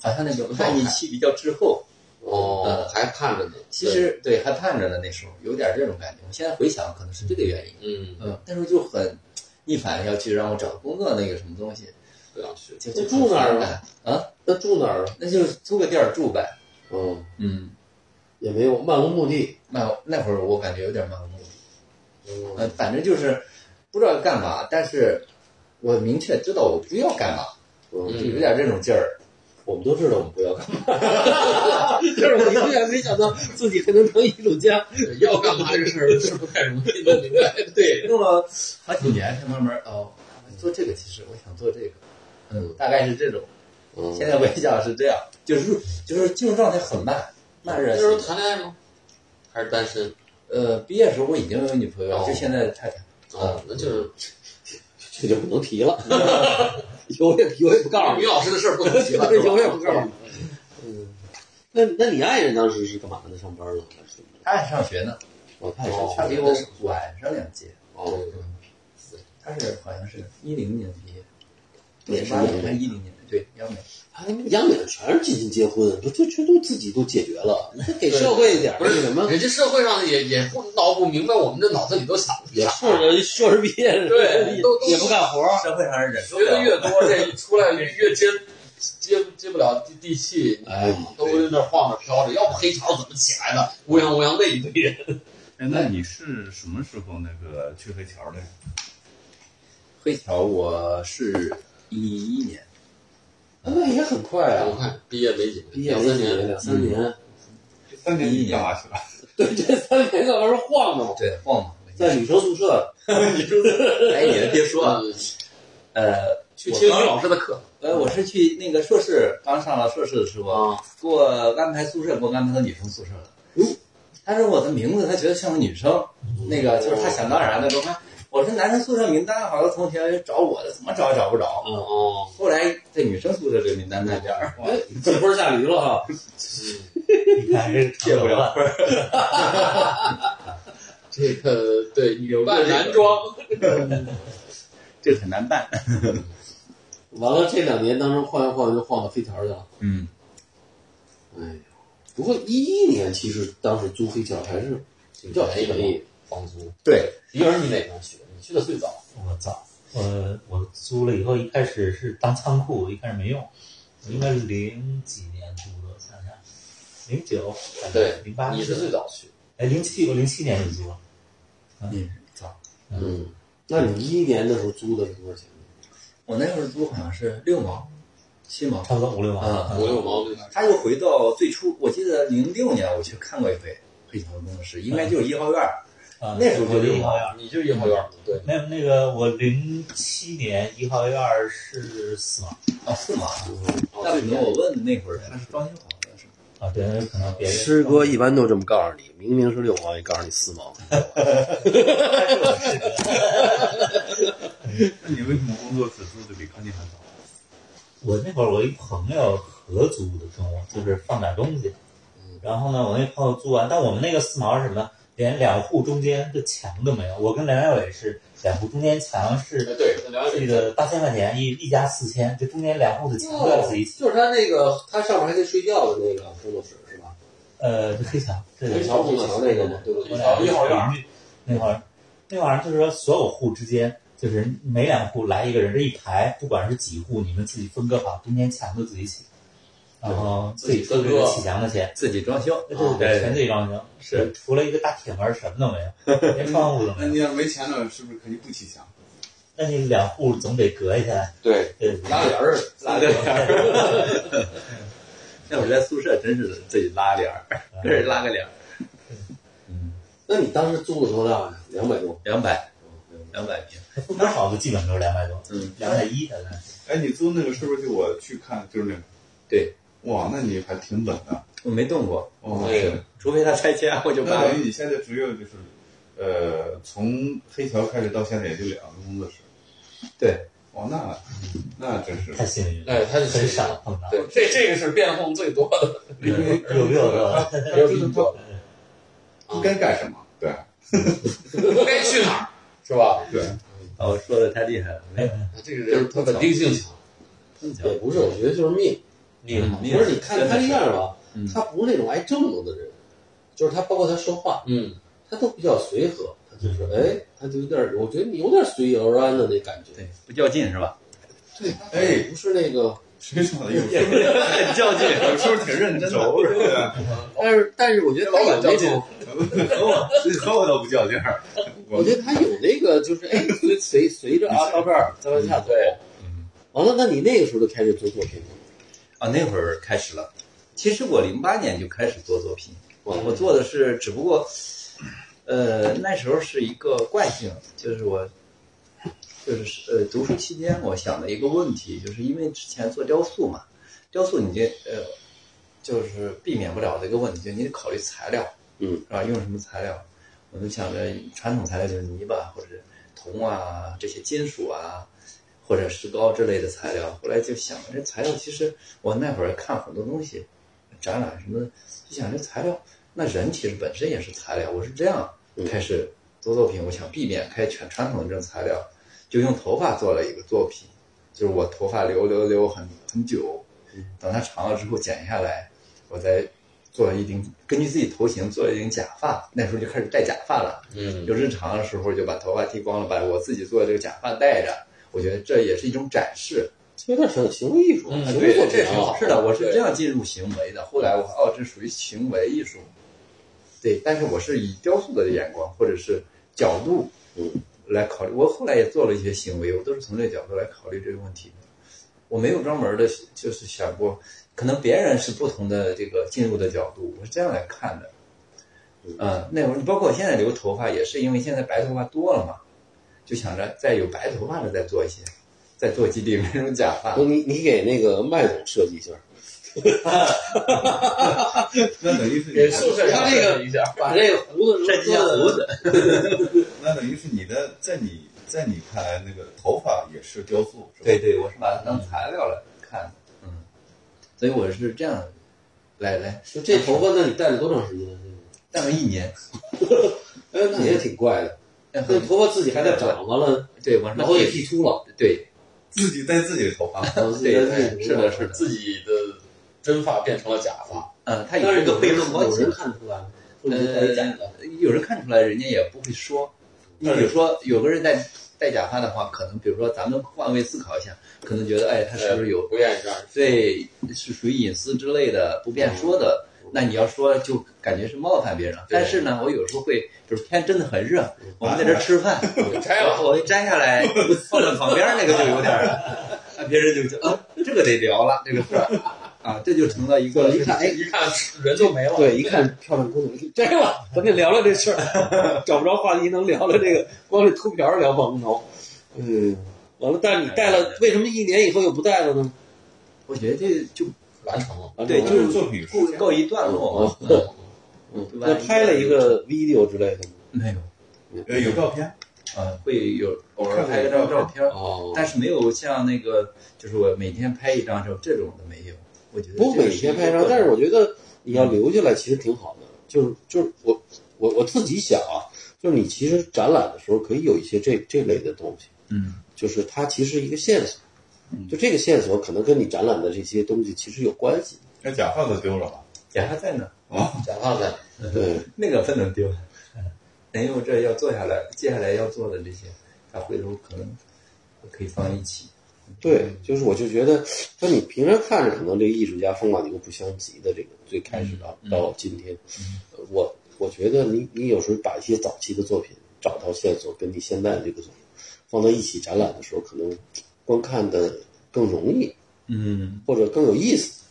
[SPEAKER 4] 好像那种叛逆期比较滞后，
[SPEAKER 2] 哦，还看着呢，
[SPEAKER 4] 其实对还盼着呢，那时候有点这种感觉。我现在回想，可能是这个原因。
[SPEAKER 2] 嗯，
[SPEAKER 4] 嗯，那时候就很逆反，要去让我找工作那个什么东西，
[SPEAKER 2] 不想去，
[SPEAKER 4] 就就
[SPEAKER 1] 那住哪儿
[SPEAKER 4] 很反感啊？
[SPEAKER 1] 那住哪儿啊？
[SPEAKER 4] 那就租个地儿住呗。
[SPEAKER 1] 嗯，
[SPEAKER 4] 嗯，
[SPEAKER 1] 也没有漫无目的。
[SPEAKER 4] 那那会儿我感觉有点盲目，嗯，反正就是不知道要干嘛，但是我明确知道我不要干嘛，就
[SPEAKER 1] 嗯，
[SPEAKER 4] 有点这种劲儿。
[SPEAKER 1] 我们都知道我们不要干嘛，就是我永远没想到自己还能当艺术家。
[SPEAKER 2] 要干嘛这事儿是不太容易弄明白， 对，
[SPEAKER 4] 用了好几年才慢慢哦，做这个其实我想做这个，嗯，大概是这种。
[SPEAKER 1] 嗯
[SPEAKER 4] 现在回想是这样，就是就是进入状态很慢，慢热
[SPEAKER 2] 那时候
[SPEAKER 4] 型。
[SPEAKER 2] 谈恋爱吗？还是单身？
[SPEAKER 4] 呃，毕业时候我已经有女朋友了，
[SPEAKER 2] 哦
[SPEAKER 4] 就现在的太太。
[SPEAKER 2] 哦，那就是
[SPEAKER 1] 这就不能提了， 有也有也不告诉
[SPEAKER 2] 女
[SPEAKER 1] 你，
[SPEAKER 2] 啊老师的事儿不能提了，是吧
[SPEAKER 1] 有也不告 诉你。嗯，那那你爱人当时是干嘛呢？上班呢？还是怎么着
[SPEAKER 4] 她还上学呢，
[SPEAKER 1] 哦，他也上
[SPEAKER 4] 她
[SPEAKER 1] 学。
[SPEAKER 4] 比我晚上两届。
[SPEAKER 1] 哦，
[SPEAKER 4] 她是好像是一零年毕业，
[SPEAKER 1] 也是
[SPEAKER 4] 八
[SPEAKER 1] 一零
[SPEAKER 4] 年还
[SPEAKER 1] 年
[SPEAKER 4] 一零年，对，央美。
[SPEAKER 1] 他们央美全是进行结婚，不这这都自己都解决了，你给社会一点
[SPEAKER 2] 不
[SPEAKER 1] 那
[SPEAKER 2] 是
[SPEAKER 1] 个什么，
[SPEAKER 2] 人家社会上也也不闹不明白，我们这脑子里都想
[SPEAKER 1] 也是硕士毕业的，
[SPEAKER 2] 对都都
[SPEAKER 1] 也不干活儿。
[SPEAKER 4] 社会上忍受
[SPEAKER 2] 学的越多，这一出来越越接接接不了地地气，
[SPEAKER 1] 哎，
[SPEAKER 2] 都在那晃着飘着，要不黑潮怎么起来的？乌泱乌泱那一堆人，
[SPEAKER 3] 哎，那你是什么时候那个去黑桥的？
[SPEAKER 4] 黑桥，我是一一年，
[SPEAKER 1] 那也很快
[SPEAKER 2] 我
[SPEAKER 1] 啊，
[SPEAKER 2] 哎看毕业没几年，
[SPEAKER 1] 毕业
[SPEAKER 2] 两
[SPEAKER 1] 没
[SPEAKER 2] 三
[SPEAKER 1] 几
[SPEAKER 2] 年，
[SPEAKER 1] 两三年，
[SPEAKER 3] 三年你干嘛去了？
[SPEAKER 1] 对，这三年在玩意儿晃荡，
[SPEAKER 4] 对，晃嘛。
[SPEAKER 1] 在女生宿舍，
[SPEAKER 4] 哎，你还别说啊，
[SPEAKER 2] 嗯
[SPEAKER 4] 呃，
[SPEAKER 2] 去
[SPEAKER 4] 我
[SPEAKER 2] 听
[SPEAKER 4] 刚
[SPEAKER 2] 于老师的课，
[SPEAKER 4] 呃，我是去那个硕士，刚上了硕士的时候，
[SPEAKER 1] 啊，
[SPEAKER 4] 给我安排宿舍，给我安排到女生宿舍了。他说我的名字，他觉得像个女生，那个就是他想当然的。我看我说男生宿舍名单，好多同学找我的，怎么找也找不着。
[SPEAKER 1] 嗯哦，
[SPEAKER 4] 后来在女生宿舍这个名单那边儿，
[SPEAKER 1] 哎，这波下驴了哈，
[SPEAKER 5] 你 看这
[SPEAKER 4] 戒不了，
[SPEAKER 2] 这个对女
[SPEAKER 4] 扮
[SPEAKER 2] 扮
[SPEAKER 4] 男
[SPEAKER 2] 男 装，
[SPEAKER 4] 这个很难办。
[SPEAKER 1] 完了这两年当中晃悠晃悠就晃到飞条去了，
[SPEAKER 4] 嗯，
[SPEAKER 1] 哎呦，不过一一年其实当时租飞条还是比较便宜，
[SPEAKER 5] 房租。
[SPEAKER 4] 对，
[SPEAKER 5] 李儿，你哪个学？
[SPEAKER 2] 你去的最早，
[SPEAKER 5] 我操！我我租了以后，一开始是当仓库，一开始没用。我应该是零几年租的，我想想，零九，
[SPEAKER 2] 对
[SPEAKER 5] 零八，
[SPEAKER 2] 你是最早去，
[SPEAKER 5] 哎，零七，我零七年就租了。
[SPEAKER 4] 嗯，
[SPEAKER 1] 嗯，那你一一年的时候租的是多少钱？
[SPEAKER 4] 我那会儿租好像是六毛、七毛，
[SPEAKER 5] 差不多五六万
[SPEAKER 4] 啊
[SPEAKER 2] 五六毛对
[SPEAKER 4] 他又回到最初，我记得零六年我去看过一回黑条的工作室，应该就是一号院儿。
[SPEAKER 5] 啊
[SPEAKER 4] 那时候就
[SPEAKER 5] 我
[SPEAKER 4] 六
[SPEAKER 5] 一
[SPEAKER 4] 毛
[SPEAKER 5] 号院儿。
[SPEAKER 2] 哎你就一号院，对，
[SPEAKER 5] 没有那个，我零七年一号院儿是四毛
[SPEAKER 4] 啊，四毛。
[SPEAKER 1] 哦
[SPEAKER 4] 那可能我问的那会儿他是装修好的，是吧？
[SPEAKER 5] 啊，对，那可能别人
[SPEAKER 1] 师哥一般都这么告诉你，明明是六毛，也告诉你四毛。
[SPEAKER 3] 那你为什么工作室住的比康妮还早？
[SPEAKER 5] 我那会儿我一朋友合租的跟我，就是放点东西。
[SPEAKER 1] 嗯
[SPEAKER 5] 然后呢，我那朋友租完，但我们那个四毛是什么？连两户中间的墙都没有。我跟梁家伟是两户中间墙是
[SPEAKER 2] 呃对，了
[SPEAKER 5] 这
[SPEAKER 2] 解，
[SPEAKER 5] 个八千块钱一一家四千，这中间两户的墙都要自己起。
[SPEAKER 1] 就是他那个，他上面还可以睡觉的那个工作室是吧？
[SPEAKER 5] 呃，这黑墙，这
[SPEAKER 1] 黑桥
[SPEAKER 5] 墙
[SPEAKER 1] 工作室那个嘛，对不
[SPEAKER 5] 我
[SPEAKER 1] 对？
[SPEAKER 5] 俩
[SPEAKER 2] 一号院儿
[SPEAKER 5] 邻居那会儿，那会儿就是说所有户之间，就是每两户来一个人，这一排不管是几户，你们自己分割好，中间墙都自己起，然后自
[SPEAKER 2] 自
[SPEAKER 5] 己
[SPEAKER 2] 己分
[SPEAKER 5] 这
[SPEAKER 2] 割
[SPEAKER 5] 个起墙的钱。
[SPEAKER 4] 自己装修。
[SPEAKER 5] 对对
[SPEAKER 4] 对
[SPEAKER 5] 对，全自己装修，
[SPEAKER 4] 是
[SPEAKER 5] 除了一个大铁门什么都没有，连窗户都没
[SPEAKER 6] 那
[SPEAKER 5] 有。
[SPEAKER 6] 你要没钱了，是不是可以不起墙？
[SPEAKER 5] 那你两户总得隔一下，
[SPEAKER 2] 对，
[SPEAKER 5] 对，
[SPEAKER 2] 拉帘儿，
[SPEAKER 4] 拉帘儿。 那会儿在宿舍真是自己拉帘儿，真是拉个帘儿，
[SPEAKER 1] 那你当时租的多大呀？两百多。
[SPEAKER 4] 两百，两百平。
[SPEAKER 5] 不多少的基本都是两百多，
[SPEAKER 4] 嗯，
[SPEAKER 5] 两百一的。
[SPEAKER 3] 哎，你租那个是不是就我去看就是那个？
[SPEAKER 4] 对，
[SPEAKER 3] 哇，那你还挺稳的。
[SPEAKER 4] 我没动过，
[SPEAKER 3] 哦，
[SPEAKER 2] 对
[SPEAKER 3] 是
[SPEAKER 4] 除非他拆迁，我就
[SPEAKER 3] 那
[SPEAKER 4] 搬
[SPEAKER 3] 等于你现在只有就是，呃，从黑桥开始到现在也就两个工作室。
[SPEAKER 4] 对，
[SPEAKER 3] 哇，那那真是
[SPEAKER 5] 太幸运了，
[SPEAKER 2] 哎，他是
[SPEAKER 5] 很少碰到，
[SPEAKER 2] 对，这这个是变动最多 的，
[SPEAKER 5] 有有有有，
[SPEAKER 3] 他
[SPEAKER 2] 有
[SPEAKER 3] 知
[SPEAKER 2] 比你
[SPEAKER 3] 道
[SPEAKER 2] 多，
[SPEAKER 3] 他应该干什么。对啊
[SPEAKER 2] 该去哪儿 是吧？
[SPEAKER 3] 对，
[SPEAKER 4] 啊，我说的太厉害了，没有
[SPEAKER 5] 嗯
[SPEAKER 2] 这个人他稳定性强，
[SPEAKER 4] 碰巧
[SPEAKER 1] 也不是，我觉得就是命。
[SPEAKER 2] 嗯
[SPEAKER 4] 命
[SPEAKER 1] 不是，你看
[SPEAKER 4] 真
[SPEAKER 1] 他
[SPEAKER 4] 的
[SPEAKER 1] 这
[SPEAKER 4] 是
[SPEAKER 1] 样吧
[SPEAKER 4] 嗯，
[SPEAKER 1] 他不是那种爱正经的人，就是他，包括他说话，
[SPEAKER 2] 嗯，
[SPEAKER 1] 他都比较随和。他就是，哎，他就有点儿，我觉得你有点儿随遇而安的那感觉。
[SPEAKER 4] 对，不较劲是吧？
[SPEAKER 1] 哎，不是那个，
[SPEAKER 3] 谁说的？有时
[SPEAKER 4] 很较劲，
[SPEAKER 3] 候有时候挺认真的。 对，
[SPEAKER 1] 但是但是我觉得他
[SPEAKER 2] 老
[SPEAKER 1] 有
[SPEAKER 2] 板
[SPEAKER 1] 那种
[SPEAKER 2] 较劲，
[SPEAKER 3] 和我和我倒不较劲儿。
[SPEAKER 1] 我觉得他有那个，就是哎，随随随着啊，到这儿再往下走。
[SPEAKER 2] 对，
[SPEAKER 1] 完了，那你那个时候就开始做作品了？
[SPEAKER 4] 啊，那会儿开始了。其实我零八年就开始做作品，我
[SPEAKER 1] 嗯
[SPEAKER 4] 我做的是，只不过，呃，那时候是一个惯性，就是我，就是呃，读书期间我想的一个问题，就是因为之前做雕塑嘛，雕塑你这呃，就是避免不了的一个问题，就你得考虑材料，
[SPEAKER 1] 嗯，
[SPEAKER 4] 是吧？用什么材料？我就想着传统材料就是泥巴或者是铜啊这些金属啊，或者石膏之类的材料。后来就想，这材料其实我那会儿看很多东西，展览什么的，就想这材料，那人其实本身也是材料。我是这样开始做作品，我想避免开全传统的这种材料，就用头发做了一个作品，就是我头发留留留很很久，等它长了之后剪下来，我再做一顶，根据自己头型做一顶假发。那时候就开始戴假发了。
[SPEAKER 2] 嗯，
[SPEAKER 4] 有日常的时候就把头发剃光了，把我自己做的这个假发戴着，我觉得这也是一种展示。
[SPEAKER 1] 有点像行为艺术，
[SPEAKER 2] 嗯
[SPEAKER 1] 行为
[SPEAKER 4] 对，
[SPEAKER 1] 作
[SPEAKER 4] 这
[SPEAKER 1] 品
[SPEAKER 4] 挺
[SPEAKER 1] 啊
[SPEAKER 4] 好。是的，我是这样进入行为的。后来我哦，这属于行为艺术。对，但是我是以雕塑的眼光或者是角度，
[SPEAKER 1] 嗯，
[SPEAKER 4] 来考虑。我后来也做了一些行为，我都是从这个角度来考虑这个问题的。我没有专门的，就是想过，可能别人是不同的这个进入的角度，我是这样来看的。嗯，那会儿你包括我现在留头发，也是因为现在白头发多了嘛，就想着再有白头发的再做一些，再做几顶那种假发。
[SPEAKER 1] 不你你给那个麦总设计一下，
[SPEAKER 3] 那等于是
[SPEAKER 2] 给
[SPEAKER 3] 你
[SPEAKER 2] 宿舍
[SPEAKER 1] 他这个
[SPEAKER 2] 一 下，
[SPEAKER 1] 把这个胡子
[SPEAKER 4] 设计一下胡子，
[SPEAKER 3] 那等于是你的，在你在你看来，那个头发也是雕塑，是吧？
[SPEAKER 4] 对对，我是把它当材料来看的，嗯，所以我是这样来来
[SPEAKER 1] 就这头发，那你戴了多长时间？啊
[SPEAKER 4] 戴了一年，
[SPEAKER 1] 哎，那也挺怪的，
[SPEAKER 4] 但
[SPEAKER 1] 那
[SPEAKER 4] 很
[SPEAKER 1] 嗯头发自己还在长，完了
[SPEAKER 4] 对，我是
[SPEAKER 1] 然后也剃秃了，
[SPEAKER 4] 对
[SPEAKER 3] 自己戴自己的头发，
[SPEAKER 1] 然后自己
[SPEAKER 4] 对
[SPEAKER 1] 再
[SPEAKER 4] 对，
[SPEAKER 1] 剃
[SPEAKER 4] 是的，是的，
[SPEAKER 2] 自己的真发变成了假发，
[SPEAKER 4] 嗯，它
[SPEAKER 1] 但
[SPEAKER 4] 有
[SPEAKER 1] 是
[SPEAKER 4] 这个悖论关
[SPEAKER 1] 有
[SPEAKER 4] 系
[SPEAKER 1] 人。看出来吗？或者是戴一假的？
[SPEAKER 4] 呃，有人看出来，人家也不会说。你比如说，有个人戴戴假发的话，可能比如说咱们换位思考一下，可能觉得哎，他是不是有
[SPEAKER 2] 不愿意让人
[SPEAKER 4] 对是属于隐私之类的不便说的，
[SPEAKER 1] 嗯
[SPEAKER 4] 那你要说就感觉是冒犯别人了。但是呢，我有时候会，比如天真的很热，
[SPEAKER 1] 嗯
[SPEAKER 4] 我们在这吃饭，
[SPEAKER 2] 摘了
[SPEAKER 4] 我一摘下来放在旁边那个就有点儿， 啊别人就觉得啊这个得聊了，这个事儿啊，这就成了一个
[SPEAKER 1] 一看，哎，
[SPEAKER 2] 一看 人就没了，
[SPEAKER 1] 对，一看漂亮姑娘，这个咱得聊聊这事儿，找不着话题能聊聊这个，光这秃瓢儿聊半钟头，嗯，完了，但是你戴了，为什么一年以后又不戴了呢？
[SPEAKER 4] 我觉得这就
[SPEAKER 2] 完成了。
[SPEAKER 4] 对
[SPEAKER 1] 完
[SPEAKER 4] 就
[SPEAKER 1] 了
[SPEAKER 4] 是
[SPEAKER 3] 作品有时
[SPEAKER 4] 告
[SPEAKER 3] 间
[SPEAKER 4] 告一段落嘛。
[SPEAKER 1] 嗯，
[SPEAKER 4] 对吧
[SPEAKER 1] 那拍了一个 video 之类的吗
[SPEAKER 4] 没有，
[SPEAKER 3] 呃，有照片，
[SPEAKER 4] 呃，
[SPEAKER 1] 嗯
[SPEAKER 4] 会有偶尔拍一张照片儿，
[SPEAKER 1] 哦
[SPEAKER 4] 但是没有像那个，就是我每天拍一张照这种的没有。我觉得
[SPEAKER 1] 不
[SPEAKER 4] 这个
[SPEAKER 1] 每天
[SPEAKER 4] 一
[SPEAKER 1] 拍
[SPEAKER 4] 个
[SPEAKER 1] 照，但是我觉得你要留下来其实挺好的，就是就是我我我自己想啊，就是你其实展览的时候可以有一些这这类的东西，
[SPEAKER 4] 嗯
[SPEAKER 1] 就是它其实一个线索，就这个线索可能跟你展览的这些东西其实有关系，
[SPEAKER 3] 那假发都丢了吧？
[SPEAKER 4] 假发在哪？
[SPEAKER 3] 啊，
[SPEAKER 2] 假发在
[SPEAKER 1] 对，
[SPEAKER 4] 那个不能丢。 哎呦，这要做下来，接下来要做的这些，他回头可能可以放一起。
[SPEAKER 1] 对，就是我就觉得，就你平常看着可能这个艺术家风马牛不相及的这个最开始到、
[SPEAKER 4] 嗯
[SPEAKER 1] 到今天，呃我我觉得你你有时候把一些早期的作品找到线索，跟你现在的这个作品放到一起展览的时候，可能观看的更容易
[SPEAKER 4] 嗯，
[SPEAKER 1] 或者更有意思，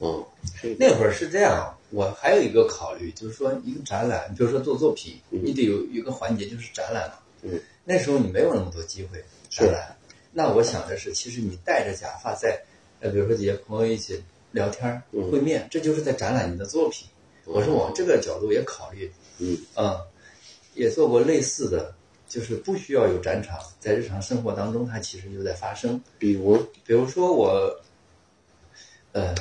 [SPEAKER 1] 嗯，这个
[SPEAKER 4] 那会儿是这样，我还有一个考虑，就是说一个展览，比如说做作品，你得有一个环节就是展览嘛。
[SPEAKER 1] 嗯，
[SPEAKER 4] 那时候你没有那么多机会展览。那我想的是，其实你戴着假发在，呃，比如说几个朋友一起聊天儿、
[SPEAKER 1] 嗯
[SPEAKER 4] 会面，这就是在展览你的作品。我是往这个角度也考虑，
[SPEAKER 1] 嗯
[SPEAKER 4] 啊，也做过类似的，就是不需要有展场，在日常生活当中它其实就在发生。
[SPEAKER 1] 比如
[SPEAKER 4] 比如说我，呃，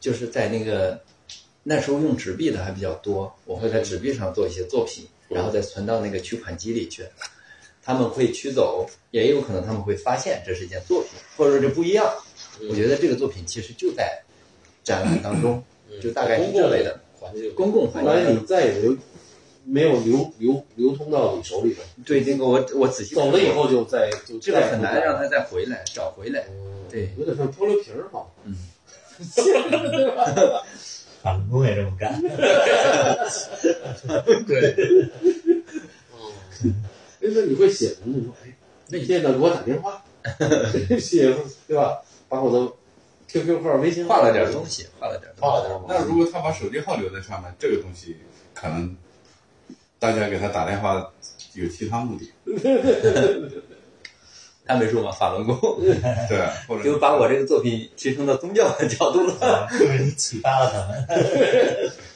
[SPEAKER 4] 就是在那个那时候用纸币的还比较多，我会在纸币上做一些作品，然后再存到那个取款机里去。他们会取走，也有可能他们会发现这是一件作品，或者说这不一样。
[SPEAKER 1] 嗯
[SPEAKER 4] 我觉得这个作品其实就在展览当中，
[SPEAKER 1] 嗯
[SPEAKER 2] 嗯
[SPEAKER 4] 就大概是这类的
[SPEAKER 2] 环境，
[SPEAKER 4] 公共
[SPEAKER 1] 后
[SPEAKER 4] 环
[SPEAKER 1] 来
[SPEAKER 4] 境
[SPEAKER 1] 你。再也留没有流流流通到你手里边，
[SPEAKER 4] 对这个我我仔细看
[SPEAKER 1] 走
[SPEAKER 4] 过
[SPEAKER 1] 了以，后就再嗯就
[SPEAKER 4] 这个很难让它再回来，找回来。对
[SPEAKER 1] 有点像脱了皮儿哈。
[SPEAKER 5] 返工也这么干。
[SPEAKER 2] 对，
[SPEAKER 1] 哎，那你会写什么？你说，哎，那你现在给我打电 话，写对吧？把我的 QQ 号、微信号
[SPEAKER 4] 画了点东西，画了点东
[SPEAKER 2] 画
[SPEAKER 4] 西。
[SPEAKER 2] 了点毛。
[SPEAKER 3] 那如果他把手机号留在上面，这个东西可能大家给他打电话有其他目的，
[SPEAKER 4] 他没说嘛，法轮功。
[SPEAKER 3] 对，啊或者
[SPEAKER 4] 就把我这个作品提升到宗教的角度了。
[SPEAKER 5] 就是你启发了他们。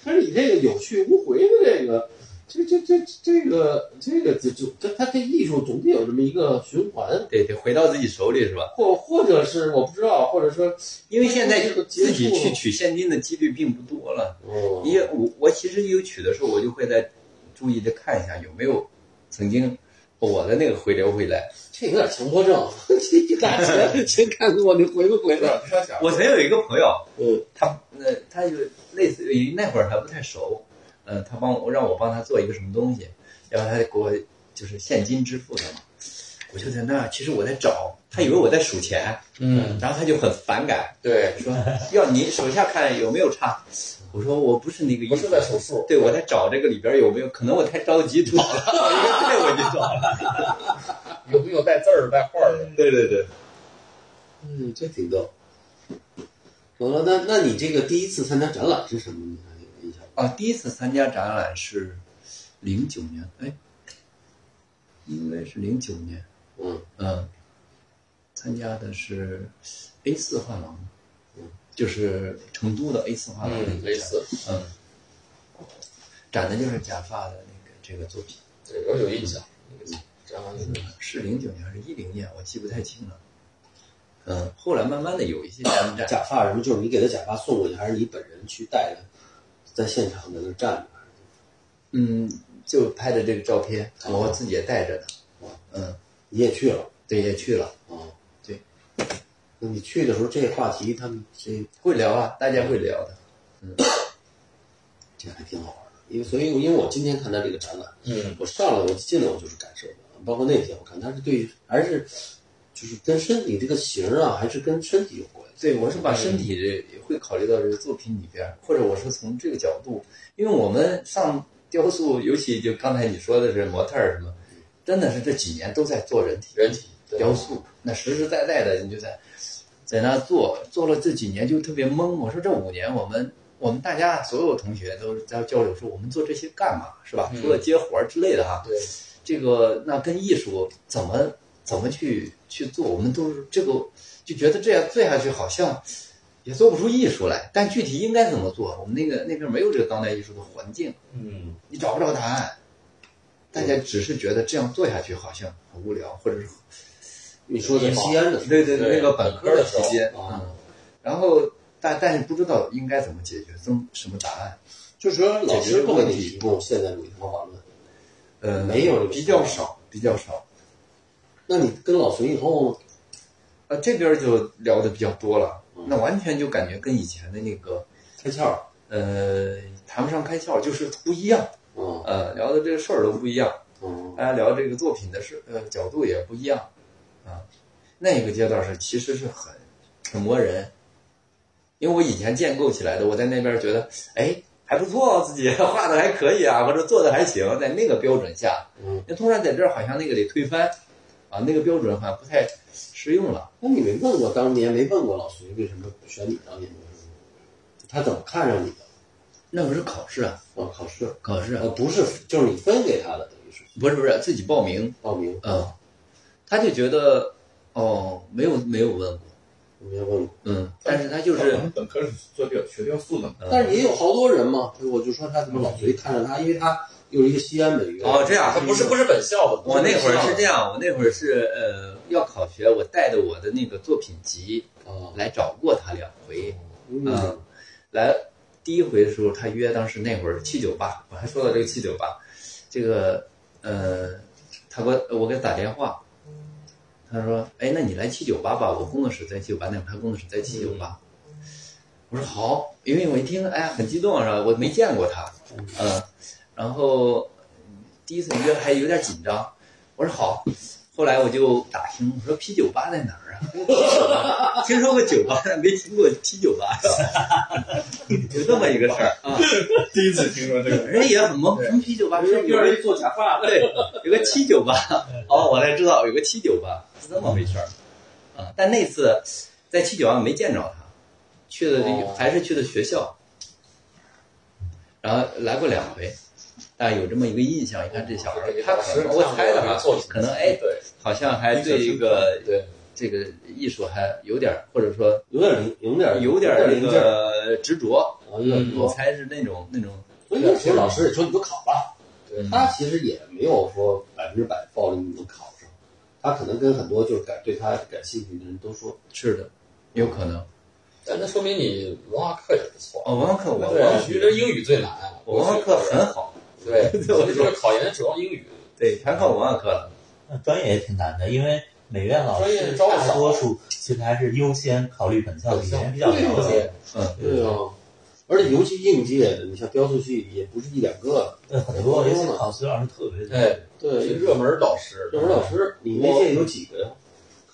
[SPEAKER 1] 但是你这个有去无回的这个，这这这这个这个就就这它这艺术总得有这么一个循环，
[SPEAKER 4] 对，得回到自己手里是吧？
[SPEAKER 1] 或或者是我不知道，或者说
[SPEAKER 4] 因为现在
[SPEAKER 1] 这个接触
[SPEAKER 4] 自己去取现金的几率并不多了。
[SPEAKER 1] 哦
[SPEAKER 4] 因为我我其实有取的时候，我就会在注意的看一下有没有曾经我的那个回流回来。
[SPEAKER 1] 这有点强迫症， 一拿钱 先看看我你回不回
[SPEAKER 3] 不是
[SPEAKER 1] 来。
[SPEAKER 3] 他想啊
[SPEAKER 4] 我曾有一个朋友，
[SPEAKER 1] 嗯
[SPEAKER 4] 他呃他有类似于那会儿还不太熟，呃，他帮我让我帮他做一个什么东西，然后他给我就是现金支付的嘛，我就在那儿，其实我在找，他以为我在数钱，
[SPEAKER 2] 嗯，
[SPEAKER 4] 然后他就很反感，
[SPEAKER 2] 对，
[SPEAKER 4] 说要你手下看有没有差。我说我不是那个意
[SPEAKER 2] 不
[SPEAKER 4] 思，
[SPEAKER 2] 是在手术，
[SPEAKER 4] 对我在找这个里边有没有，可能我太着急找了，我一个队我就找了。
[SPEAKER 2] 有没有带字儿带画儿的？
[SPEAKER 4] 对对对，
[SPEAKER 1] 嗯，这挺逗。完了，那那你这个第一次参加展览是什么？你还有印象吗？
[SPEAKER 4] 啊，第一次参加展览是零九年，哎，应该是零九年，
[SPEAKER 1] 嗯
[SPEAKER 4] 嗯，参加的是 A 四画廊，就是成都的 A 四画廊的一
[SPEAKER 2] 嗯，
[SPEAKER 4] 个
[SPEAKER 2] 类
[SPEAKER 4] 展，
[SPEAKER 2] 似，
[SPEAKER 4] 嗯，展的就是假发的那个这个作品，
[SPEAKER 2] 对我有印象，然后就是
[SPEAKER 4] 是零九年还是一零年，我记不太清了。嗯，后来慢慢的有一些参 展，
[SPEAKER 1] 假发什么，就是你给他假发送过去，还是你本人去戴着，在现场在那站着？
[SPEAKER 4] 嗯，就拍的这个照片，我自己也带着呢。嗯，
[SPEAKER 1] 你也去了
[SPEAKER 4] 对，也去了，
[SPEAKER 1] 啊？
[SPEAKER 4] 对。
[SPEAKER 1] 那你去的时候，这话题他们这
[SPEAKER 4] 会聊啊，大家会聊的。
[SPEAKER 1] 这还挺好玩的，因为所以因为我今天看他这个展览，
[SPEAKER 2] 嗯，
[SPEAKER 1] 我上来我进来我就是感受的，包括那天我看他是对还是就是跟身体这个型儿啊，还是跟身体有关系。
[SPEAKER 4] 对，我是把身体这也会考虑到这个作品里边儿，或者我是从这个角度，因为我们上雕塑，尤其就刚才你说的是模特儿什么，真的是这几年都在做人体
[SPEAKER 2] 人体对
[SPEAKER 4] 雕塑，那实实在在的你就在在那做，做了这几年就特别懵。我说这五年我们我们大家所有同学都是在交流说我们做这些干嘛是吧？除了接活儿之类的哈，
[SPEAKER 2] 嗯对，
[SPEAKER 4] 这个那跟艺术怎么怎么去去做，我们都是这个就觉得这样做下去好像也做不出艺术来，但具体应该怎么做，我们那个那边没有这个当代艺术的环境，
[SPEAKER 5] 嗯，
[SPEAKER 4] 你找不着答案。大家只是觉得这样做下去好像很无聊，或者是
[SPEAKER 1] 你说在西安的时啊候，
[SPEAKER 4] 对对
[SPEAKER 2] 对
[SPEAKER 4] 那个本科的期间
[SPEAKER 1] 本科的时候
[SPEAKER 4] 嗯，然后但但是不知道应该怎么解决，怎么什么答案，
[SPEAKER 1] 就是说老
[SPEAKER 4] 解决
[SPEAKER 1] 师
[SPEAKER 4] 这
[SPEAKER 1] 不
[SPEAKER 4] 个
[SPEAKER 1] 给
[SPEAKER 4] 问
[SPEAKER 1] 你
[SPEAKER 4] 题
[SPEAKER 1] 提供现代主义方法论，
[SPEAKER 4] 呃，
[SPEAKER 1] 没有
[SPEAKER 4] 比较少，比较少。
[SPEAKER 1] 那你跟老隋以后
[SPEAKER 4] 呃，这边儿就聊的比较多了，
[SPEAKER 1] 嗯
[SPEAKER 4] 那完全就感觉跟以前的那个
[SPEAKER 1] 开窍儿，
[SPEAKER 4] 呃，谈不上开窍，就是不一样。
[SPEAKER 1] 嗯
[SPEAKER 4] 呃，聊的这个事儿都不一样，
[SPEAKER 1] 嗯
[SPEAKER 4] 大家聊这个作品的事，呃，角度也不一样，啊，那个阶段是其实是很很磨人，因为我以前建构起来的，我在那边觉得，哎，还不错、哦，自己画的还可以啊，或者做的还行，在那个标准下，
[SPEAKER 1] 嗯，
[SPEAKER 4] 那突然在这儿好像那个得推翻，啊，那个标准好像不太适用了。
[SPEAKER 1] 那你没问过当年没问过老隋为什么选你当研究生？他怎么看上你的？
[SPEAKER 4] 那可是考试啊，
[SPEAKER 1] 啊，考试，
[SPEAKER 4] 考试啊
[SPEAKER 1] 呃，，不是，就是你分给他的，等于是
[SPEAKER 4] 不是不是自己报名，
[SPEAKER 1] 报名，
[SPEAKER 4] 嗯，他就觉得，哦，没有没有问过，
[SPEAKER 1] 没问过。
[SPEAKER 4] 嗯，但是他就
[SPEAKER 3] 我
[SPEAKER 4] 是
[SPEAKER 3] 们本科是做雕学雕塑的嘛，
[SPEAKER 1] 但是也有好多人嘛，我就说他怎么老隋看着他，因为他又是一个西安美院，
[SPEAKER 4] 哦这样
[SPEAKER 2] 他不是不是本校的，
[SPEAKER 4] 我那会儿是这
[SPEAKER 2] 样，
[SPEAKER 4] 样，我那会儿是呃要考学，我带着我的那个作品集
[SPEAKER 1] 啊，
[SPEAKER 4] 来找过他两回，
[SPEAKER 1] 嗯
[SPEAKER 4] 嗯，来第一回的时候他约，当时那会儿七九八，我还说到这个七九八，这个呃，他给我我给他打电话，他说，哎，那你来七九八吧，我工作室在七九八，那会儿他工作室在七九八，我说好，因为我一听，哎呀，很激动是吧？我没见过他，嗯，然后第一次约还有点紧张，我说好。后来我就打听，我说 P 九八在哪儿啊？听说过酒吧，但没听过 P 九八， 有这么一个事儿啊。
[SPEAKER 3] 第一次听说这个。
[SPEAKER 4] 人家也很懵，什么 P 九八？是有人
[SPEAKER 1] 做假发
[SPEAKER 4] 对，有个七九八，哦，我才知道有个七九八是这么回事儿啊。但那次在七九八没见着他，去的这个
[SPEAKER 2] 哦
[SPEAKER 4] 还是去的学校，然后来过两回，但有这么一个印象。你看这小孩儿，哦他可能我猜的啊，可能哎，
[SPEAKER 2] 对
[SPEAKER 4] 好像还对这个
[SPEAKER 2] 对，
[SPEAKER 4] 这个艺术还有点儿，或者说
[SPEAKER 1] 有点零，有点
[SPEAKER 4] 有点儿
[SPEAKER 1] 零
[SPEAKER 4] 那
[SPEAKER 1] 劲儿，啊
[SPEAKER 4] 个嗯执着，
[SPEAKER 1] 啊有点零劲
[SPEAKER 4] 我
[SPEAKER 1] 儿。
[SPEAKER 4] 猜是那种那种。
[SPEAKER 1] 所以那时候老师也说你就考吧
[SPEAKER 2] 对，
[SPEAKER 1] 他其实也没有说百分之百报你能考上，他可能跟很多就是感对他感兴趣的人都说，
[SPEAKER 4] 是的，有可能。
[SPEAKER 2] 但那说明你文化课也不错，
[SPEAKER 4] 哦，文化课我
[SPEAKER 2] 对，
[SPEAKER 4] 我
[SPEAKER 2] 其实英语最难，啊
[SPEAKER 4] 我文化课很好，
[SPEAKER 2] 对，所以这个考研主要英语，
[SPEAKER 4] 对，全靠文化课了。
[SPEAKER 5] 那专业也挺难的，因为美院老
[SPEAKER 2] 专业
[SPEAKER 5] 师
[SPEAKER 2] 招不
[SPEAKER 5] 大
[SPEAKER 2] 少
[SPEAKER 5] 多数其实还是优先考虑本校的，以前比较了解。
[SPEAKER 2] 对，
[SPEAKER 4] 嗯，
[SPEAKER 1] 对啊，而且尤其应届的，你像雕塑系也不是一两个，
[SPEAKER 5] 对很多，尤其考试老师特别多。
[SPEAKER 2] 哎，
[SPEAKER 1] 对
[SPEAKER 2] 是热门老师，
[SPEAKER 1] 这门老师，你那届有几个呀？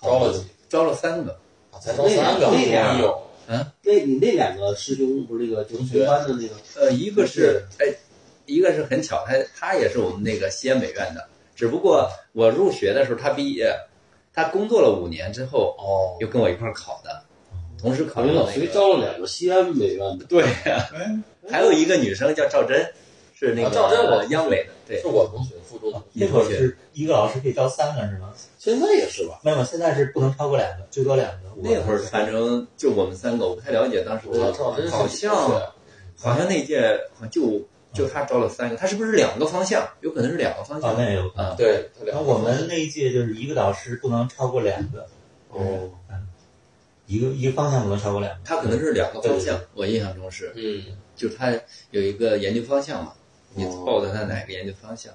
[SPEAKER 2] 招了几
[SPEAKER 4] 招了三个，
[SPEAKER 2] 个，才招三个，
[SPEAKER 1] 那俩
[SPEAKER 2] 有，
[SPEAKER 1] 那你那两个师兄不是那个就是同班的那个，
[SPEAKER 4] 呃，一个是哎，一个是很巧，他他也是我们那个西安美院的，只不过我入学的时候他毕业，他工作了五年之后
[SPEAKER 1] 哦，
[SPEAKER 4] 又跟我一块儿考的，同时考
[SPEAKER 1] 考虑
[SPEAKER 4] 上
[SPEAKER 2] 哦
[SPEAKER 1] 老
[SPEAKER 4] 了
[SPEAKER 1] 隋
[SPEAKER 4] 那个。
[SPEAKER 1] 招了两个西安美院的，
[SPEAKER 4] 对，
[SPEAKER 3] 哎，
[SPEAKER 4] 还有一个女生叫赵真，是那个
[SPEAKER 2] 啊赵真我
[SPEAKER 4] 央美的，对
[SPEAKER 2] 是，我同学，附中同学。
[SPEAKER 5] 那会儿是一个老师可以招三个是吗？
[SPEAKER 1] 现在也是吧？
[SPEAKER 5] 没有，现在是不能超过两个，最多两个。
[SPEAKER 4] 那会儿反正就我们三个，我不太了解当时
[SPEAKER 2] 我赵真是
[SPEAKER 4] 好像好像那届好像就就他招了三个，他是不是两个方向？有可能是两个方
[SPEAKER 5] 啊，
[SPEAKER 4] 向。
[SPEAKER 5] 那也有可能。
[SPEAKER 2] 对，他
[SPEAKER 5] 然
[SPEAKER 2] 俩
[SPEAKER 5] 后我们那一届就是一个导师不能超过两个，
[SPEAKER 1] 哦，
[SPEAKER 5] 一个一个方向不能超过两个。
[SPEAKER 4] 他可能是两个方向，我印象中是，
[SPEAKER 2] 嗯，
[SPEAKER 4] 就他有一个研究方向嘛，你
[SPEAKER 1] 哦
[SPEAKER 4] 报的他哪个研究方向？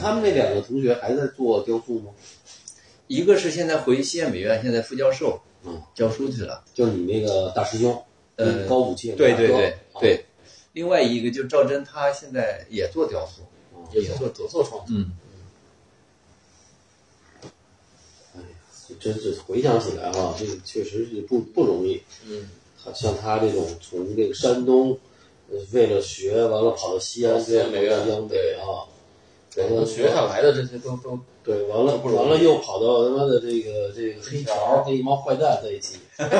[SPEAKER 1] 他们那两个同学还在做雕塑吗？
[SPEAKER 4] 一个是现在回西安美院，现在副教授，
[SPEAKER 1] 嗯，
[SPEAKER 4] 教书去了。
[SPEAKER 1] 就是你那个大师兄，
[SPEAKER 4] 呃，
[SPEAKER 1] 高武器，
[SPEAKER 4] 对对
[SPEAKER 1] 大哥啊
[SPEAKER 4] 对，对。另外一个就赵真，他现在也做雕塑，
[SPEAKER 2] 也做也做创作，
[SPEAKER 4] 嗯，
[SPEAKER 1] 真是回想起来哈、这个确实是不不容易。
[SPEAKER 2] 嗯，
[SPEAKER 1] 像他这种从这个山东，呃为了学完了跑到西安，这样
[SPEAKER 2] 西安美院
[SPEAKER 1] 江北啊，
[SPEAKER 2] 对，
[SPEAKER 1] 完了
[SPEAKER 2] 学下来的这些都都
[SPEAKER 1] 对，完了
[SPEAKER 2] 不容易
[SPEAKER 1] 完了又跑到他妈的这个这个黑
[SPEAKER 2] 黑
[SPEAKER 1] 桥
[SPEAKER 2] 桥
[SPEAKER 1] 跟一帮坏蛋在一起，
[SPEAKER 2] 你看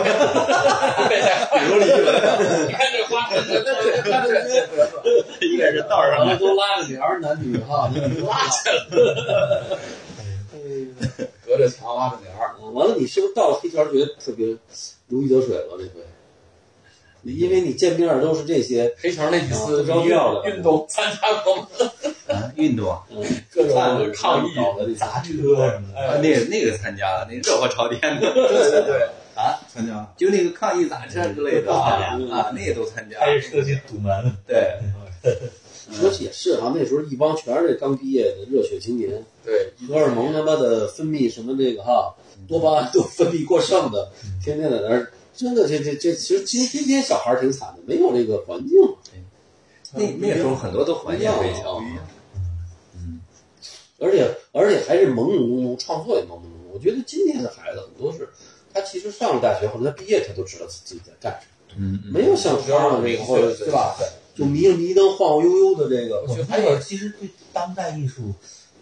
[SPEAKER 2] 这花，这这
[SPEAKER 4] 一个人道
[SPEAKER 1] 完了都拉着帘儿男女哈，你给拉起来。哎呀
[SPEAKER 2] 隔着墙拉着帘儿，
[SPEAKER 1] 啊完了，你是不是到了黑桥觉得特别如鱼得水了？这回，因为你见面儿都是这些，
[SPEAKER 2] 黑桥那几次
[SPEAKER 1] 啊都要了
[SPEAKER 2] 运运动参加过吗？
[SPEAKER 4] 啊，运动啊，
[SPEAKER 1] 嗯，
[SPEAKER 2] 各种
[SPEAKER 1] 看着
[SPEAKER 2] 抗议
[SPEAKER 1] 搞的这些
[SPEAKER 5] 砸车什么的，
[SPEAKER 4] 啊那个那个参加了，那个热火朝天的，
[SPEAKER 3] 参加 啊
[SPEAKER 4] 就那个抗议砸车之类的啊，啊那个都参加。
[SPEAKER 5] 开着车去堵门。
[SPEAKER 4] 对，
[SPEAKER 2] 嗯
[SPEAKER 1] 说起也是啊，那时候一帮全是这刚毕业的热血青年，
[SPEAKER 2] 对，
[SPEAKER 1] 荷尔蒙他妈的分泌什么这个哈，
[SPEAKER 5] 嗯
[SPEAKER 1] 多巴胺都分泌过剩的，天天在那儿，真的这这这，其实其实天天小孩儿挺惨的，没有这个环境，
[SPEAKER 4] 那那时候很多都怀念微笑
[SPEAKER 1] 不一样。
[SPEAKER 5] 嗯
[SPEAKER 1] 而且而且还是朦朦胧胧，创作也朦朦胧胧。我觉得今天的孩子很多是，他其实上了大学或者他毕业，他都知道自己在干什么，
[SPEAKER 4] 嗯嗯，
[SPEAKER 1] 没有像他们那个或者
[SPEAKER 2] 对
[SPEAKER 1] 对吧，就迷了迷瞪、晃晃悠悠的这个
[SPEAKER 5] 我
[SPEAKER 2] 我
[SPEAKER 5] 们
[SPEAKER 2] 觉
[SPEAKER 5] 那会儿其实对当代艺术，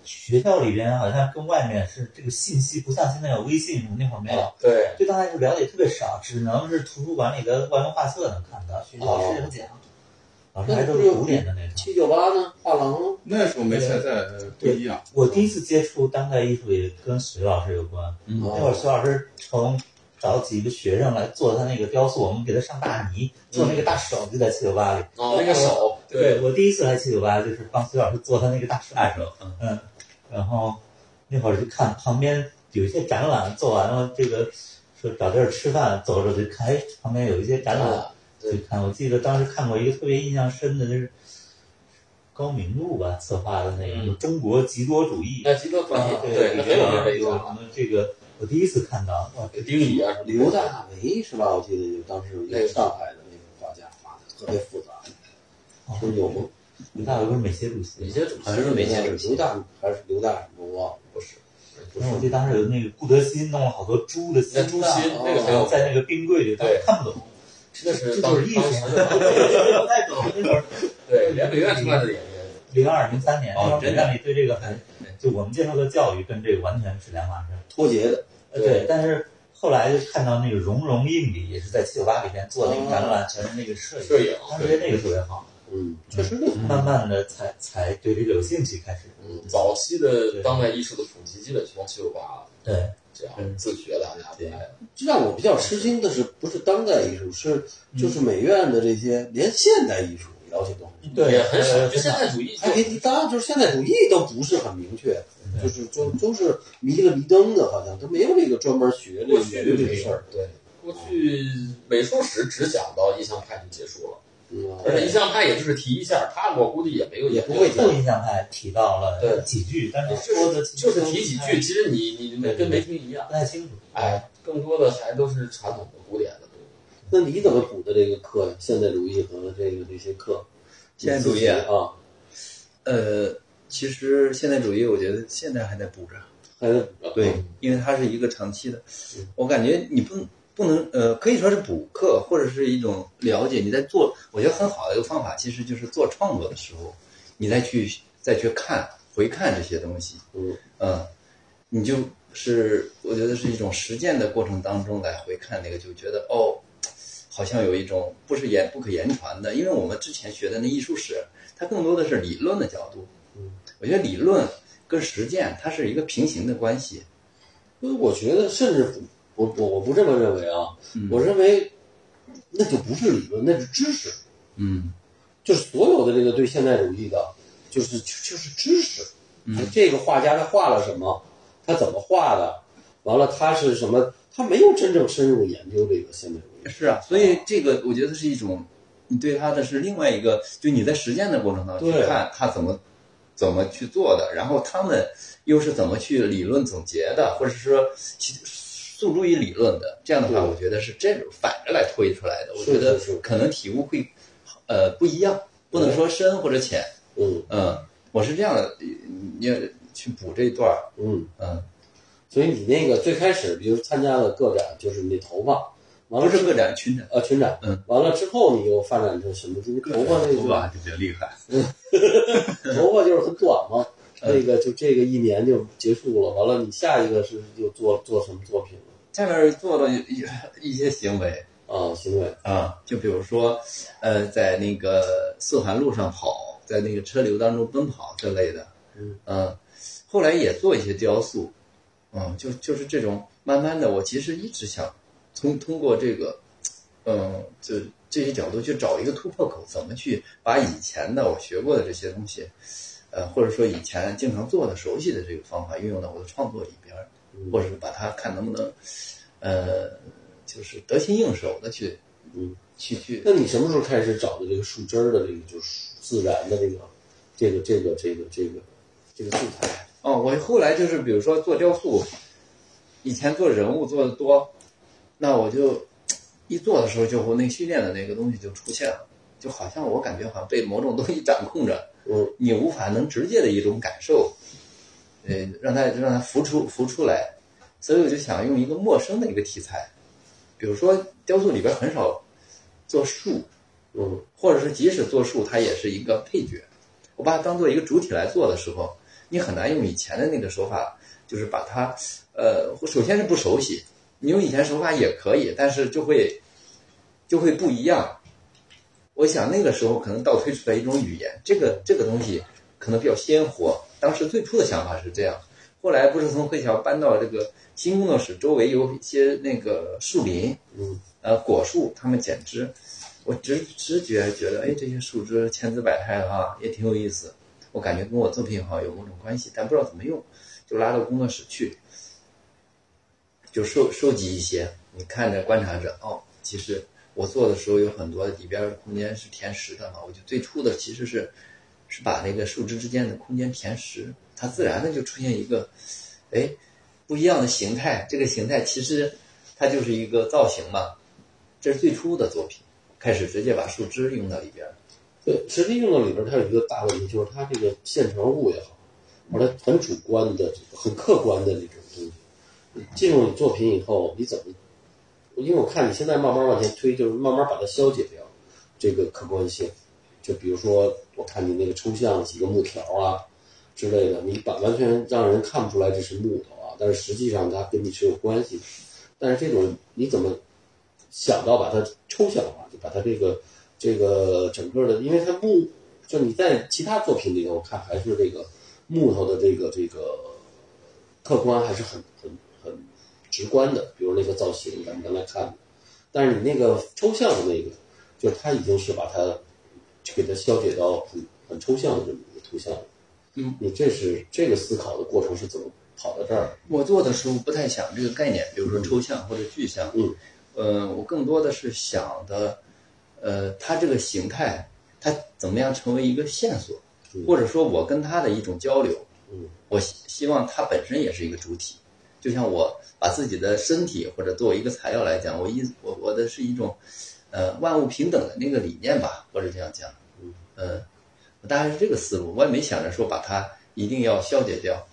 [SPEAKER 5] 学校里边好像跟外面是这个信息不像现在有微信什么，那会儿没有。
[SPEAKER 2] 对，
[SPEAKER 5] 对当代艺术了解特别少，只能是图书馆里的外文画册能看到，学校老师有讲，老师还都是古典的那种。
[SPEAKER 1] 七九八呢，画廊呢，
[SPEAKER 3] 那时候没现在呃不一样，
[SPEAKER 5] 我第一次接触当代艺术也跟隋老师有关。
[SPEAKER 4] 嗯
[SPEAKER 1] 哦
[SPEAKER 5] 那会儿隋老师从找几个学生来做他那个雕塑，我们给他上大泥，做那个大手就在七九八里。
[SPEAKER 2] 哦，那个手，
[SPEAKER 5] 对，我第一次来七九八就是帮隋老师做他那个大手。
[SPEAKER 4] 大手，嗯
[SPEAKER 5] 嗯，然后那会儿就看旁边有一些展览做完了，这个说找地儿吃饭，走着就看，哎，旁边有一些展览，
[SPEAKER 2] 啊
[SPEAKER 5] 就看。我记得当时看过一个特别印象深的，就是高明路吧策划的那个、
[SPEAKER 2] 嗯
[SPEAKER 5] 中国极多主义，
[SPEAKER 2] 那极多可以，对，那
[SPEAKER 5] 里
[SPEAKER 2] 很有
[SPEAKER 5] 边
[SPEAKER 2] 名的一
[SPEAKER 5] 啊有啊
[SPEAKER 2] 张
[SPEAKER 5] 什，么这个，我第一次看到，哇，
[SPEAKER 2] 丁乙啊什么的，
[SPEAKER 1] 刘大为是吧？我记得就当时有一个上海的那个画家，画的特别复杂，就是有吗？
[SPEAKER 5] 刘大为不是美协主
[SPEAKER 2] 你
[SPEAKER 5] 席，
[SPEAKER 2] 这主持
[SPEAKER 1] 好像是
[SPEAKER 2] 没
[SPEAKER 1] 没见过刘大还是刘大什么我忘了，
[SPEAKER 2] 不是，
[SPEAKER 5] 然后我记得当时有那个顾德新弄了好多猪的心
[SPEAKER 2] 那猪
[SPEAKER 5] 脏，
[SPEAKER 2] 心那个很
[SPEAKER 5] 然后
[SPEAKER 2] 有，
[SPEAKER 5] 在那个冰柜里，当时
[SPEAKER 2] 对
[SPEAKER 5] 看不懂，
[SPEAKER 2] 那
[SPEAKER 5] 这
[SPEAKER 2] 是当
[SPEAKER 5] 就是
[SPEAKER 2] 时
[SPEAKER 5] 艺术
[SPEAKER 2] 当，时
[SPEAKER 5] 不太懂 那会儿。
[SPEAKER 2] 对，连美院出来的也
[SPEAKER 5] 零二零三年，
[SPEAKER 4] 哦
[SPEAKER 5] 那会儿
[SPEAKER 4] 真
[SPEAKER 5] 北
[SPEAKER 4] 的
[SPEAKER 5] 大你对这个很，就我们接受的教育跟这个完全是两码事。
[SPEAKER 1] 脱节的，
[SPEAKER 5] 呃，
[SPEAKER 2] 对
[SPEAKER 5] 对，但是后来就看到那个融融印里也是在七九八里边做那个展览，全是那个摄影，
[SPEAKER 2] 哦摄影，啊
[SPEAKER 5] 当时觉得那个特别好，
[SPEAKER 1] 嗯，确实那
[SPEAKER 5] 慢慢的才才对这个有兴趣开始。
[SPEAKER 2] 嗯，早期的当代艺术的普及基本是从七九八
[SPEAKER 5] 对，
[SPEAKER 2] 这样自学大家来的，
[SPEAKER 1] 让我比较吃惊的是，不是当代艺术，是就是美院的这些，连现代艺术了解都很少
[SPEAKER 5] 对
[SPEAKER 2] 嗯也很少，
[SPEAKER 5] 呃
[SPEAKER 2] 就现代主义就
[SPEAKER 1] 还给你搭，就是现代主义都不是很明确，就是都都是迷了迷瞪的，好像都没有这个专门学这
[SPEAKER 2] 过
[SPEAKER 1] 个
[SPEAKER 2] 去
[SPEAKER 1] 研究这个事儿，
[SPEAKER 2] 对，过去美术史只讲到印象派就结束了，
[SPEAKER 1] 嗯啊
[SPEAKER 2] 而且印象派也就是提一下，他我估计也没有
[SPEAKER 1] 也
[SPEAKER 2] 研
[SPEAKER 1] 不
[SPEAKER 2] 究
[SPEAKER 1] 会
[SPEAKER 5] 后印象派提到
[SPEAKER 2] 对
[SPEAKER 5] 了几句，但是说的
[SPEAKER 2] 就是就是提几句，其实你你没跟没听一样，
[SPEAKER 5] 不太清楚。
[SPEAKER 2] 哎，更多的还都是传统的古典的东
[SPEAKER 1] 那你怎么补的这个课呀？现代主义和这个这些课，
[SPEAKER 4] 现代主义啊
[SPEAKER 1] 啊，
[SPEAKER 4] 呃，其实现代主义，我觉得现在还在补着。
[SPEAKER 1] 还得补着
[SPEAKER 4] 对，因为它是一个长期的，我感觉你不不能呃，可以说是补课或者是一种了解。你在做，我觉得很好的一个方法，其实就是做创作的时候，你再去再去看回看这些东西，
[SPEAKER 1] 嗯
[SPEAKER 4] 嗯，你就是我觉得是一种实践的过程当中来回看那个，就觉得哦，好像有一种不是言不可言传的，因为我们之前学的那艺术史，它更多的是理论的角度。
[SPEAKER 1] 嗯，
[SPEAKER 4] 我觉得理论跟实践它是一个平行的关系。
[SPEAKER 1] 因为我觉得，甚至不我我我不这么认为啊，
[SPEAKER 4] 嗯
[SPEAKER 1] 我认为那就不是理论，那是知识，
[SPEAKER 4] 嗯
[SPEAKER 1] 就是所有的这个对现代主义的，就是就就是知识。
[SPEAKER 4] 嗯
[SPEAKER 1] 就这个画家他画了什么，他怎么画的，完了他是什么，他没有真正深入研究这个现代主义。
[SPEAKER 4] 是啊，所以这个我觉得是一种，你对它的是另外一个，就你在实践的过程当中去
[SPEAKER 1] 对
[SPEAKER 4] 看他怎么怎么去做的，然后他们又是怎么去理论总结的，或者是说其诉诸于理论的。这样的话，
[SPEAKER 1] 对
[SPEAKER 4] 我觉得是这种反着来推出来的，我
[SPEAKER 1] 是
[SPEAKER 4] 觉得
[SPEAKER 1] 是是
[SPEAKER 4] 可能体悟会呃不一样，不能说深或者浅。
[SPEAKER 1] 嗯
[SPEAKER 4] 嗯，我是这样的，你要去补这一段儿，
[SPEAKER 1] 嗯，
[SPEAKER 4] 嗯，
[SPEAKER 1] 所以你那个最开始，比如参加了个展，就是你头发，完
[SPEAKER 4] 不
[SPEAKER 1] 了
[SPEAKER 4] 是
[SPEAKER 1] 之
[SPEAKER 4] 个展群展。
[SPEAKER 1] 呃群展，
[SPEAKER 4] 嗯，
[SPEAKER 1] 完了之后你又发展成什么？就是头发那
[SPEAKER 3] 头发
[SPEAKER 1] 个
[SPEAKER 3] 还比较厉害，
[SPEAKER 1] 头发就是很短嘛，
[SPEAKER 4] 嗯
[SPEAKER 1] 这个就这个一年就结束了。完了，你下一个是又做做什么作品了？
[SPEAKER 4] 下面做了一一些行为，
[SPEAKER 1] 啊，行为，
[SPEAKER 4] 啊，就比如说，呃，在那个四环路上跑，在那个车流当中奔跑之类的，
[SPEAKER 1] 嗯
[SPEAKER 4] 嗯，后来也做一些雕塑，嗯，就就是这种，慢慢的，我其实一直想通通过这个，嗯，就这些角度去找一个突破口，怎么去把以前的我学过的这些东西，呃，或者说以前经常做的、熟悉的这个方法，运用到我的创作里边儿，
[SPEAKER 1] 嗯
[SPEAKER 4] 或者是把它看能不能，呃，就是得心应手的去。
[SPEAKER 1] 嗯，
[SPEAKER 4] 去去
[SPEAKER 1] 那你什么时候开始找的这个树枝儿的这个就是自然的这个这个这个这个这个这个素材？
[SPEAKER 4] 哦，我后来就是比如说做雕塑，以前做人物做的多，那我就一做的时候就会那训练的那个东西就出现了，就好像我感觉好像被某种东西掌控着，
[SPEAKER 1] 嗯
[SPEAKER 4] 你无法能直接的一种感受，呃，让它让它浮出浮出来，所以我就想用一个陌生的一个题材，比如说雕塑里边很少做树，
[SPEAKER 1] 嗯
[SPEAKER 4] 或者是即使做树，它也是一个配角。我把它当做一个主体来做的时候，你很难用以前的那个手法，就是把它，呃，首先是不熟悉，你用以前手法也可以，但是就会就会不一样。我想那个时候可能倒推出来一种语言，这个这个东西可能比较鲜活。当时最初的想法是这样，后来不是从黑桥搬到这个新工作室周围有一些那个树林，
[SPEAKER 1] 嗯
[SPEAKER 4] 呃果树，他们剪枝，我直直觉觉得，哎，这些树枝千姿百态啊，也挺有意思。我感觉跟我作品好像有某种关系，但不知道怎么用，就拉到工作室去，就收收集一些。你看着观察着，哦，其实我做的时候有很多里边的空间是填实的嘛，我就最初的其实是是把那个树枝之间的空间填实，它自然的就出现一个，哎，不一样的形态。这个形态其实它就是一个造型嘛，这是最初的作品，开始直接把树枝用到里边儿。
[SPEAKER 1] 对，实际用到里边，它有一个大问题，就是它这个现成物也好，或者很主观的、很客观的这种东西，进入你作品以后，你怎么？因为我看你现在慢慢往前推，就是慢慢把它消解掉这个客观性。就比如说，我看你那个抽象几个木条啊之类的，你把完全让人看不出来这是木头啊，但是实际上它跟你是有关系的。但是这种你怎么想到把它抽象化，就把它这个这个整个的，因为它木，就你在其他作品里头，我看还是这个木头的这个这个客观还是很很很直观的，比如那个造型，咱们刚才看的，但是你那个抽象的那个，就是它已经是把它就给它消解到很很抽象的这么一个图像了。
[SPEAKER 4] 嗯，
[SPEAKER 1] 你这是这个思考的过程是怎么跑到这儿的？
[SPEAKER 4] 我做的时候不太想这个概念，比如说抽象或者具象，
[SPEAKER 1] 嗯，
[SPEAKER 4] 呃，我更多的是想的，呃，它这个形态，它怎么样成为一个线索，
[SPEAKER 1] 嗯
[SPEAKER 4] 或者说我跟它的一种交流，
[SPEAKER 1] 嗯，
[SPEAKER 4] 我希希望它本身也是一个主体，就像我把自己的身体或者作为一个材料来讲，我一我我的是一种，呃，万物平等的那个理念吧，或者这样讲，
[SPEAKER 1] 嗯
[SPEAKER 4] 呃，我大概是这个思路，我也没想着说把它一定要消解掉。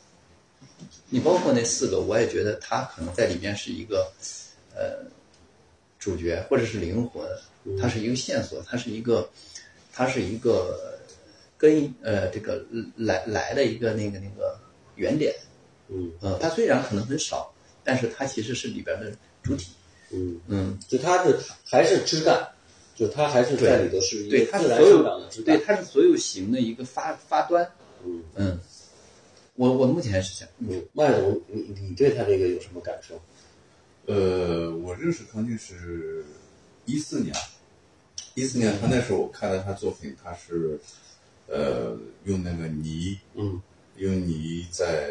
[SPEAKER 4] 你包括那四个，我也觉得他可能在里面是一个，呃，主角或者是灵魂，
[SPEAKER 1] 嗯
[SPEAKER 4] 它是一个线索，它是一个，它是一个跟呃这个来来的一个那个那个原点，
[SPEAKER 1] 嗯
[SPEAKER 4] 呃，它虽然可能很少，但是它其实是里边的主体。
[SPEAKER 1] 嗯，
[SPEAKER 4] 嗯，
[SPEAKER 1] 就它是还是枝干，就它还是在里头是一
[SPEAKER 4] 对，
[SPEAKER 1] 个
[SPEAKER 4] 它
[SPEAKER 1] 自
[SPEAKER 4] 是
[SPEAKER 1] 然
[SPEAKER 4] 所
[SPEAKER 1] 生长的
[SPEAKER 4] 有
[SPEAKER 1] 枝干
[SPEAKER 4] 对，它是所有形的一个发发端。
[SPEAKER 1] 嗯
[SPEAKER 4] 嗯，我我目前是这样，
[SPEAKER 1] 嗯，麦总，你你对它这个有什么感受？
[SPEAKER 3] 呃，我认识康俊是一四年，一四年他那时候我看到他作品，他是呃用那个泥，
[SPEAKER 1] 嗯，
[SPEAKER 3] 用泥在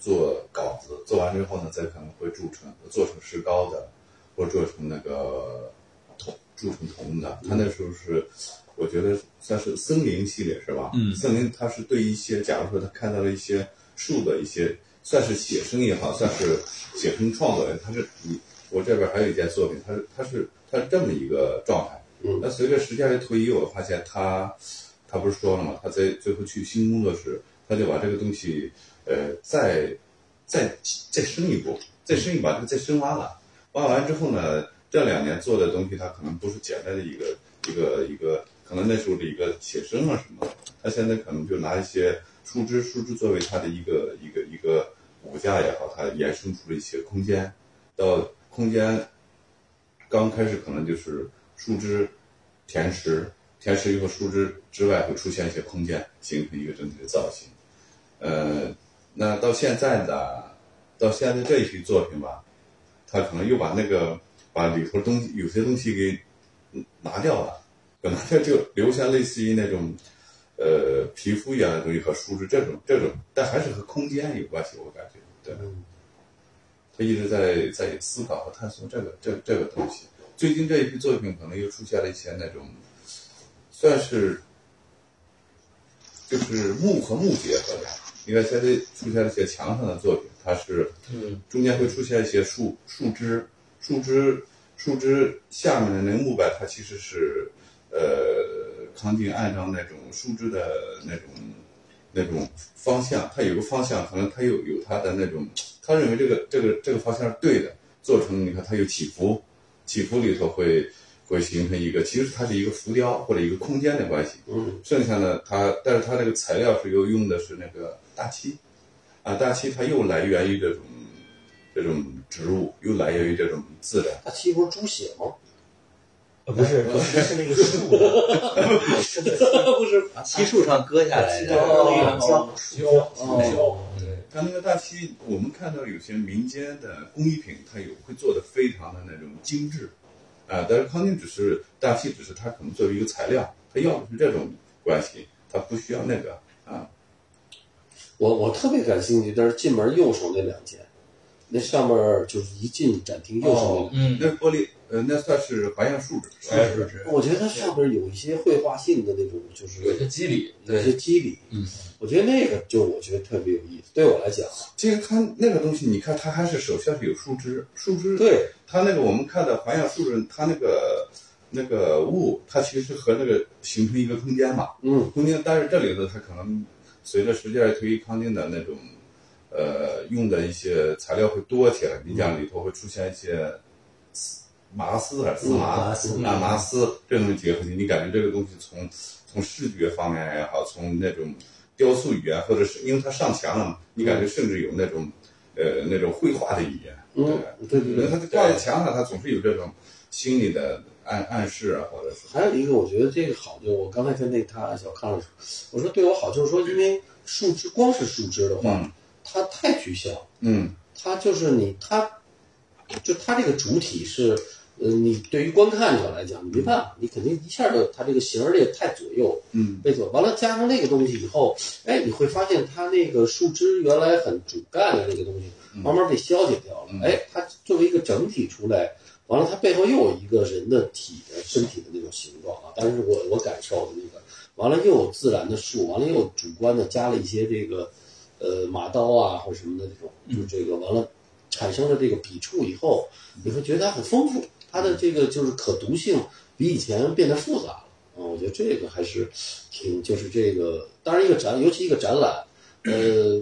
[SPEAKER 3] 做稿子，做完之后呢，再可能会铸成做成石膏的，或做成那个铜铸成铜的。他那时候是，我觉得算是森林系列是吧？
[SPEAKER 5] 嗯
[SPEAKER 3] 森林他是对一些，假如说他看到了一些树的一些，算是写生也好，算是写生创作人，他是你我这边还有一件作品，他是他是他是这么一个状态。
[SPEAKER 1] 嗯
[SPEAKER 3] 那随着时间的推移，我发现他他不是说了吗？他在最后去新工作室，他就把这个东西，呃，再再再深一步，再深一步把这个再深挖了。挖完之后呢，这两年做的东西，它可能不是简单的一个一个一个，可能那时候的一个写生啊什么的，他现在可能就拿一些树枝，树枝作为它的一个一个一个骨架也好，它延伸出了一些空间，到空间刚开始可能就是树枝、填实，填实以后树枝之外会出现一些空间，形成一个整体的造型。呃，那到现在的到现在这一批作品吧，他可能又把那个把里头东西有些东西给嗯拿掉了，可能它就留下类似于那种呃皮肤一样的东西和树枝这种这种，但还是和空间有关系，我感觉对。他一直在在思考和探索这个这这个东西。最近这一批作品可能又出现了一些那种，算是就是木和木结合的。你看现在出现了一些墙上的作品，它是中间会出现一些树树枝，树枝树枝下面的那个木板，它其实是呃康定按照那种树枝的那种那种方向，它有个方向，可能它有有它的那种，他认为这个这个这个方向是对的，做成你看它有起伏，起伏里头会会形成一个，其实它是一个浮雕或者一个空间的关系。
[SPEAKER 1] 嗯，
[SPEAKER 3] 剩下呢，它但是它这个材料是又用的是那个大漆，啊，大漆它又来源于这种这种植物，又来源于这种自然。
[SPEAKER 1] 它其实不是猪血吗？
[SPEAKER 5] 呃不是，不 是是那个树的，是那个
[SPEAKER 1] 不是，
[SPEAKER 4] 漆树上割下来
[SPEAKER 5] 那
[SPEAKER 4] 的，
[SPEAKER 5] 个胶
[SPEAKER 1] 哦
[SPEAKER 2] 胶
[SPEAKER 3] 它那个大漆，我们看到有些民间的工艺品，它有会做的非常的那种精致，啊、但是康定只是大漆，只是它可能作为一个材料，它要的是这种关系，它不需要那个啊。
[SPEAKER 1] 我我特别感兴趣，但是进门右手那两件，那上面就是一进展厅右手
[SPEAKER 2] 嗯，
[SPEAKER 3] 那玻璃，呃，那算是还原树脂，
[SPEAKER 2] 还原树脂
[SPEAKER 1] 那，我觉得它上面有一些绘画性的那种，就是
[SPEAKER 2] 有一些肌理，
[SPEAKER 1] 有一些肌理。
[SPEAKER 2] 嗯，
[SPEAKER 1] 我觉得那个就我觉得特别有意思，对我来讲，啊
[SPEAKER 3] 其实它那个东西，你看它还是首先是有树枝，树枝
[SPEAKER 1] 对，
[SPEAKER 3] 它那个我们看的还原树脂，它那个那个物，它其实和那个形成一个空间嘛，
[SPEAKER 1] 嗯
[SPEAKER 3] 空间，但是这里头它可能随着时间的推移，康定的那种呃用的一些材料会多起来。你讲里头会出现一些丝麻丝还是丝
[SPEAKER 1] 嗯
[SPEAKER 3] 麻、
[SPEAKER 1] 麻丝
[SPEAKER 3] 啊麻丝这种结合体，你感觉这个东西从从视觉方面也好，从那种雕塑语言，或者是因为它上墙了嘛，你感觉甚至有那种呃那种绘画的语言。
[SPEAKER 1] 嗯，对对
[SPEAKER 3] 因为
[SPEAKER 1] 对。
[SPEAKER 3] 它挂在墙上，它总是有这种心理的暗暗示啊，或者是
[SPEAKER 1] 还有一个，我觉得这个好，就是我刚才跟那他小康说，我说对我好，就是说，因为树枝光是树枝的话，
[SPEAKER 3] 嗯
[SPEAKER 1] 它太具象了，
[SPEAKER 3] 嗯
[SPEAKER 1] 它就是你，它就它这个主体是，呃，你对于观看者来讲，你没办法，你肯定一下就它这个形儿也太左右
[SPEAKER 3] 嗯
[SPEAKER 1] 被左右，完了加上那个东西以后，哎，你会发现它那个树枝原来很主干的那个东西，慢慢被消解掉了，
[SPEAKER 3] 嗯
[SPEAKER 1] 哎，它作为一个整体出来。完了，它背后又有一个人的体的身体的那种形状啊，但是我我感受的那个，完了又有自然的树，完了又有主观的加了一些这个，呃，马刀啊或者什么的这种，就是这个完了产生了这个笔触以后，你会觉得它很丰富，它的这个就是可读性比以前变得复杂了啊、我觉得这个还是挺就是这个，当然一个展，尤其一个展览，呃，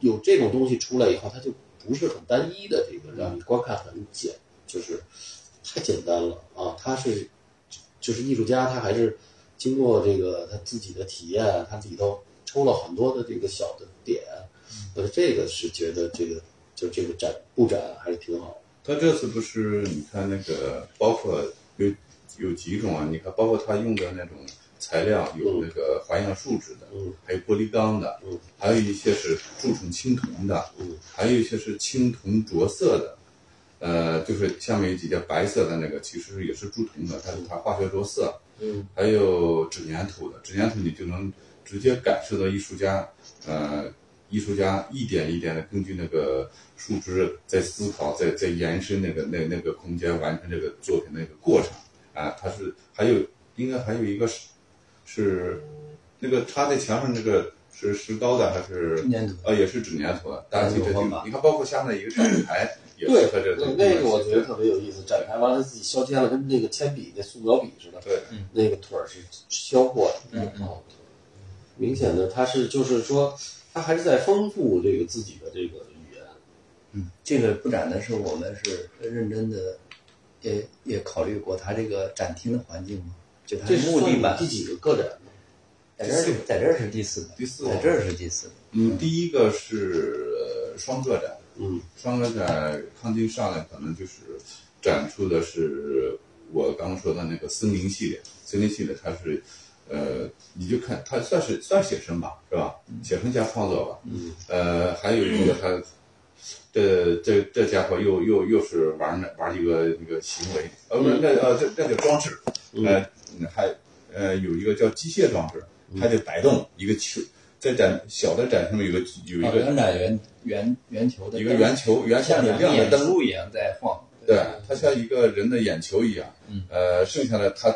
[SPEAKER 1] 有这种东西出来以后，它就不是很单一的这个让你观看很简，就是太简单了啊，它是就是艺术家他还是经过这个他自己的体验，他里头抽了很多的这个小的点，呃，这个是觉得这个就这个展布展还是挺好。
[SPEAKER 3] 他这次不是你看那个，包括有有几种啊？你看，包括他用的那种材料，有那个花样树脂的，
[SPEAKER 1] 嗯
[SPEAKER 3] 还有玻璃钢的，
[SPEAKER 1] 嗯
[SPEAKER 3] 还有一些是铸成青铜的，
[SPEAKER 1] 嗯
[SPEAKER 3] 还有一些是青铜着色的。呃，就是下面有几件白色的那个，其实也是铸铜的，但是它化学着色。
[SPEAKER 1] 嗯
[SPEAKER 3] 还有纸粘土的，纸粘土你就能直接感受到艺术家，呃，艺术家一点一点的根据那个树枝在思考，在在延伸那个那那个空间，完成这个作品的一个过程啊。它是还有应该还有一个是是那个插在墙上那个是石膏的还是
[SPEAKER 4] 纸粘土
[SPEAKER 3] 呃，也是纸粘土的，大家记得
[SPEAKER 4] 有方
[SPEAKER 3] 清楚
[SPEAKER 4] 法。
[SPEAKER 3] 你看，包括下面一个展台也
[SPEAKER 1] 对
[SPEAKER 3] 是和这个
[SPEAKER 1] 对，那个我觉得特别有意思，展开完了自己削尖了，跟那个铅笔那素描笔似的，
[SPEAKER 3] 对，
[SPEAKER 2] 嗯
[SPEAKER 1] 那个腿儿是削过的，嗯明显的他是就是说，他还是在丰富这个自己的这个语言，
[SPEAKER 2] 嗯
[SPEAKER 4] 这个布展的时候，我们是认真的，也也考虑过它这个展厅的环境嘛，就它
[SPEAKER 1] 这
[SPEAKER 4] 的
[SPEAKER 1] 是
[SPEAKER 4] 目
[SPEAKER 1] 算
[SPEAKER 4] 的
[SPEAKER 1] 你
[SPEAKER 4] 吧。
[SPEAKER 1] 第几个个展呢？
[SPEAKER 4] 在这儿是，在这儿是第四个，
[SPEAKER 3] 第四个
[SPEAKER 4] 在这儿是第四个。
[SPEAKER 3] 嗯，第一个是呃双个展。
[SPEAKER 1] 嗯
[SPEAKER 3] 双个展康金上来可能就是展出的是我刚刚说的那个森林系列，森林系列它是，呃，你就看它算是算是写生吧，是吧？写生加创作吧，
[SPEAKER 1] 嗯
[SPEAKER 3] 呃，还有一个他，这这这家伙又又又是玩那玩一个那个行为，呃，不是那呃这那叫装置，呃，还呃有一个叫机械装置，它就摆动一个球，在展小的展厅里有个有一
[SPEAKER 4] 哦，
[SPEAKER 3] 个
[SPEAKER 4] 圆展圆圆圆球的
[SPEAKER 3] 一个圆球圆球
[SPEAKER 4] 像
[SPEAKER 3] 亮
[SPEAKER 4] 两
[SPEAKER 3] 的
[SPEAKER 4] 眼
[SPEAKER 3] 灯
[SPEAKER 4] 珠一样在晃。
[SPEAKER 3] 对，它像一个人的眼球一样。嗯，呃，剩下的它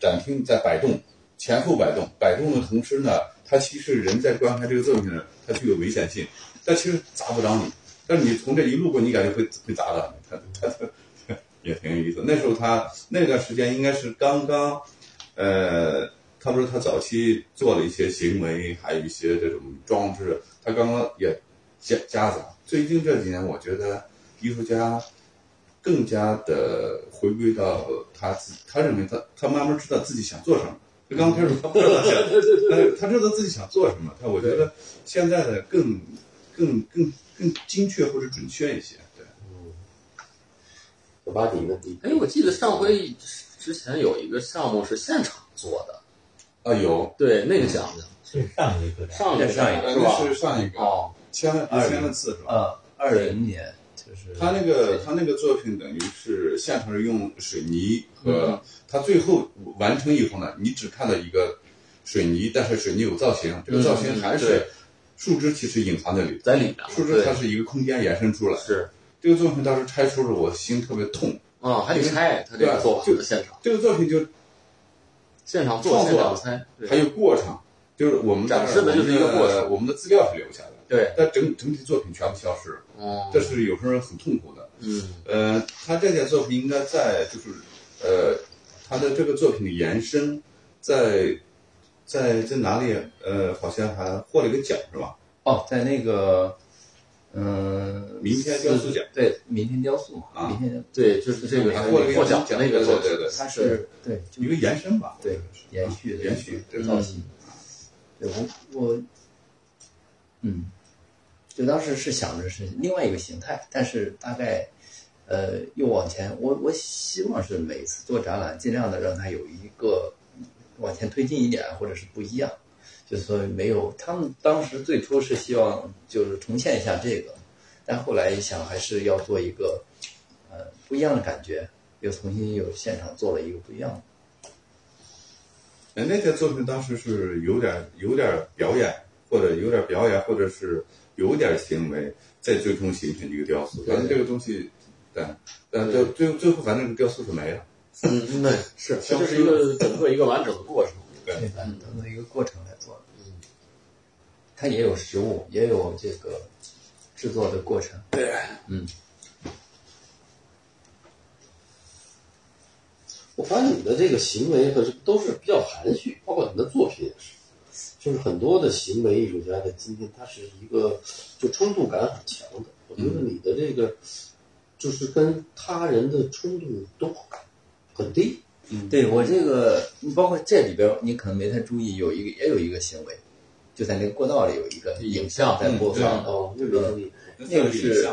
[SPEAKER 3] 展厅在摆动，前后摆动，摆动的同时呢，它其实人在观看这个作品呢，它具有危险性，但其实砸不着你，但是你从这一路过，你感觉会会砸到你，它它它也挺有意思。那时候他那段时间应该是刚刚，呃。他不是他早期做了一些行为，还有一些这种装置，他刚刚也夹夹杂。最近这几年，我觉得艺术家更加的回归到他自己，他认为他他慢慢知道自己想做什么。就刚开始他不知道想，他他知道自己想做什么。但我觉得现在的更更更更精确或者准确一些。对，
[SPEAKER 1] 小巴迪呢？你
[SPEAKER 2] 哎，我记得上回之前有一个项目是现场做的，
[SPEAKER 3] 啊有，
[SPEAKER 2] 对，那个讲讲
[SPEAKER 5] 是上一个展，
[SPEAKER 2] 上一个
[SPEAKER 4] 上一
[SPEAKER 3] 呃
[SPEAKER 2] 是吧？
[SPEAKER 3] 那是上一个
[SPEAKER 2] 哦，
[SPEAKER 3] 千万
[SPEAKER 4] 二
[SPEAKER 3] 千万次是吧？
[SPEAKER 4] 啊，二零年就是
[SPEAKER 3] 他那个他那个作品等于是现场是用水泥
[SPEAKER 2] 嗯
[SPEAKER 3] 和他最后完成以后呢，你只看到一个水泥，但是水泥有造型，这个造型还
[SPEAKER 2] 嗯
[SPEAKER 3] 是
[SPEAKER 2] 对
[SPEAKER 3] 树枝其实隐藏在里头，
[SPEAKER 2] 在里面
[SPEAKER 3] 树枝
[SPEAKER 2] 对
[SPEAKER 3] 它是一个空间延伸出来。
[SPEAKER 2] 是
[SPEAKER 3] 这个作品当时拆除了，我心特别痛。
[SPEAKER 2] 啊，还得拆他这
[SPEAKER 3] 对
[SPEAKER 2] 个
[SPEAKER 3] 吧
[SPEAKER 2] 做法
[SPEAKER 3] 就
[SPEAKER 2] 的现场，
[SPEAKER 3] 这个作品就
[SPEAKER 2] 现场做
[SPEAKER 3] 创
[SPEAKER 2] 现
[SPEAKER 3] 作
[SPEAKER 2] 场拆，对
[SPEAKER 3] 还有过程，就是我们
[SPEAKER 2] 展示的就是一个过程
[SPEAKER 3] 我们的我们的资料是留下的，
[SPEAKER 2] 对，
[SPEAKER 3] 但整整体作品全部消失了，
[SPEAKER 2] 哦，
[SPEAKER 3] 这是有时候很痛苦的。
[SPEAKER 2] 嗯
[SPEAKER 3] 呃，他这件作品应该在就是，呃，他的这个作品的延伸在，在在哪里？呃，好像还获了一个奖是吧？
[SPEAKER 4] 哦，在那个嗯，
[SPEAKER 3] 明天雕塑奖
[SPEAKER 4] 对，明天雕塑嘛，
[SPEAKER 3] 啊
[SPEAKER 4] 明天
[SPEAKER 2] 对，就是这个
[SPEAKER 3] 还
[SPEAKER 2] 是
[SPEAKER 3] 获了一
[SPEAKER 2] 获
[SPEAKER 3] 个
[SPEAKER 2] 奖的那个
[SPEAKER 3] 对
[SPEAKER 2] 作
[SPEAKER 3] 对
[SPEAKER 2] 品
[SPEAKER 3] 对对，
[SPEAKER 4] 它是对就
[SPEAKER 3] 一个延伸吧，
[SPEAKER 4] 对延续的
[SPEAKER 3] 延续对
[SPEAKER 4] 造型。对我我嗯，就当时是想着是另外一个形态，但是大概呃又往前，我我希望是每次做展览，尽量的让它有一个往前推进一点，或者是不一样。就是说没有，他们当时最初是希望就是重现一下这个，但后来一想还是要做一个呃不一样的感觉，又重新又现场做了一个不一样的。
[SPEAKER 3] 呃那件作品当时是有点有点表演，或者有点表演，或者是有点行为，在最终形成一个雕塑。反正这个东西，但但最最最后，反正这个雕塑是没了。
[SPEAKER 2] 嗯，对，是，它
[SPEAKER 3] 消
[SPEAKER 2] 就是
[SPEAKER 3] 失
[SPEAKER 2] 一个整个一个完整的过程，
[SPEAKER 4] 对，当做一个过程来做的。嗯，它也有实物，也有这个制作的过程。对，嗯，
[SPEAKER 1] 我发现你的这个行为和都是比较含蓄，包括你的作品也是，就是很多的行为艺术家在今天，他是一个就冲突感很强的。我觉
[SPEAKER 4] 嗯
[SPEAKER 1] 得你的这个就是跟他人的冲突都很低，
[SPEAKER 4] 对我这个，包括这里边儿你可能没太注意，有一个也有一个行为，就在那个过道里有一个影嗯像在播放的。
[SPEAKER 1] 哦，那个
[SPEAKER 4] 那个是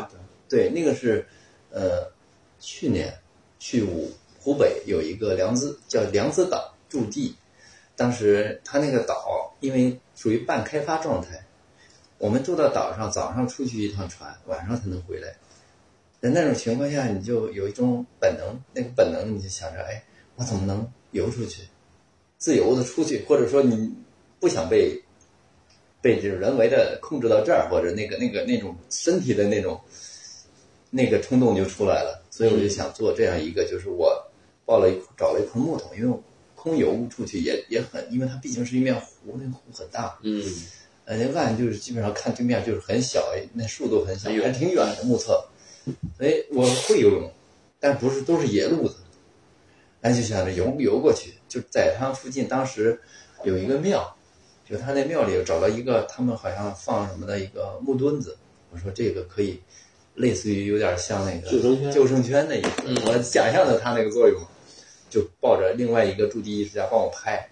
[SPEAKER 4] 对，那个是呃，去年去武湖北有一个良子叫良子岛驻地，当时它那个岛因为属于半开发状态，我们住到岛上，早上出去一趟船，晚上才能回来。在那种情况下，你就有一种本能，那个本能你就想着，哎，我怎么能游出去，自由的出去，或者说你不想被被这种人为的控制到这儿，或者那个那个那种身体的那种那个冲动就出来了。所以我就想做这样一个，就是我抱了一找了一块木头，因为空游出去也也很，因为它毕竟是一面湖，那个湖很大，
[SPEAKER 1] 嗯，
[SPEAKER 4] 呃，那岸就是基本上看对面就是很小，那树都很小，
[SPEAKER 1] 很远
[SPEAKER 4] 还挺远的目测。所以我会游泳，但不是都是野路子。哎，就想着游游过去，就在它附近，当时有一个庙，就他那庙里找到一个他们好像放什么的一个木墩子，我说这个可以，类似于有点像那个
[SPEAKER 1] 救生圈嗯
[SPEAKER 4] 救生圈的意思，我想象的它那个作用，就抱着另外一个驻地艺术家帮我拍，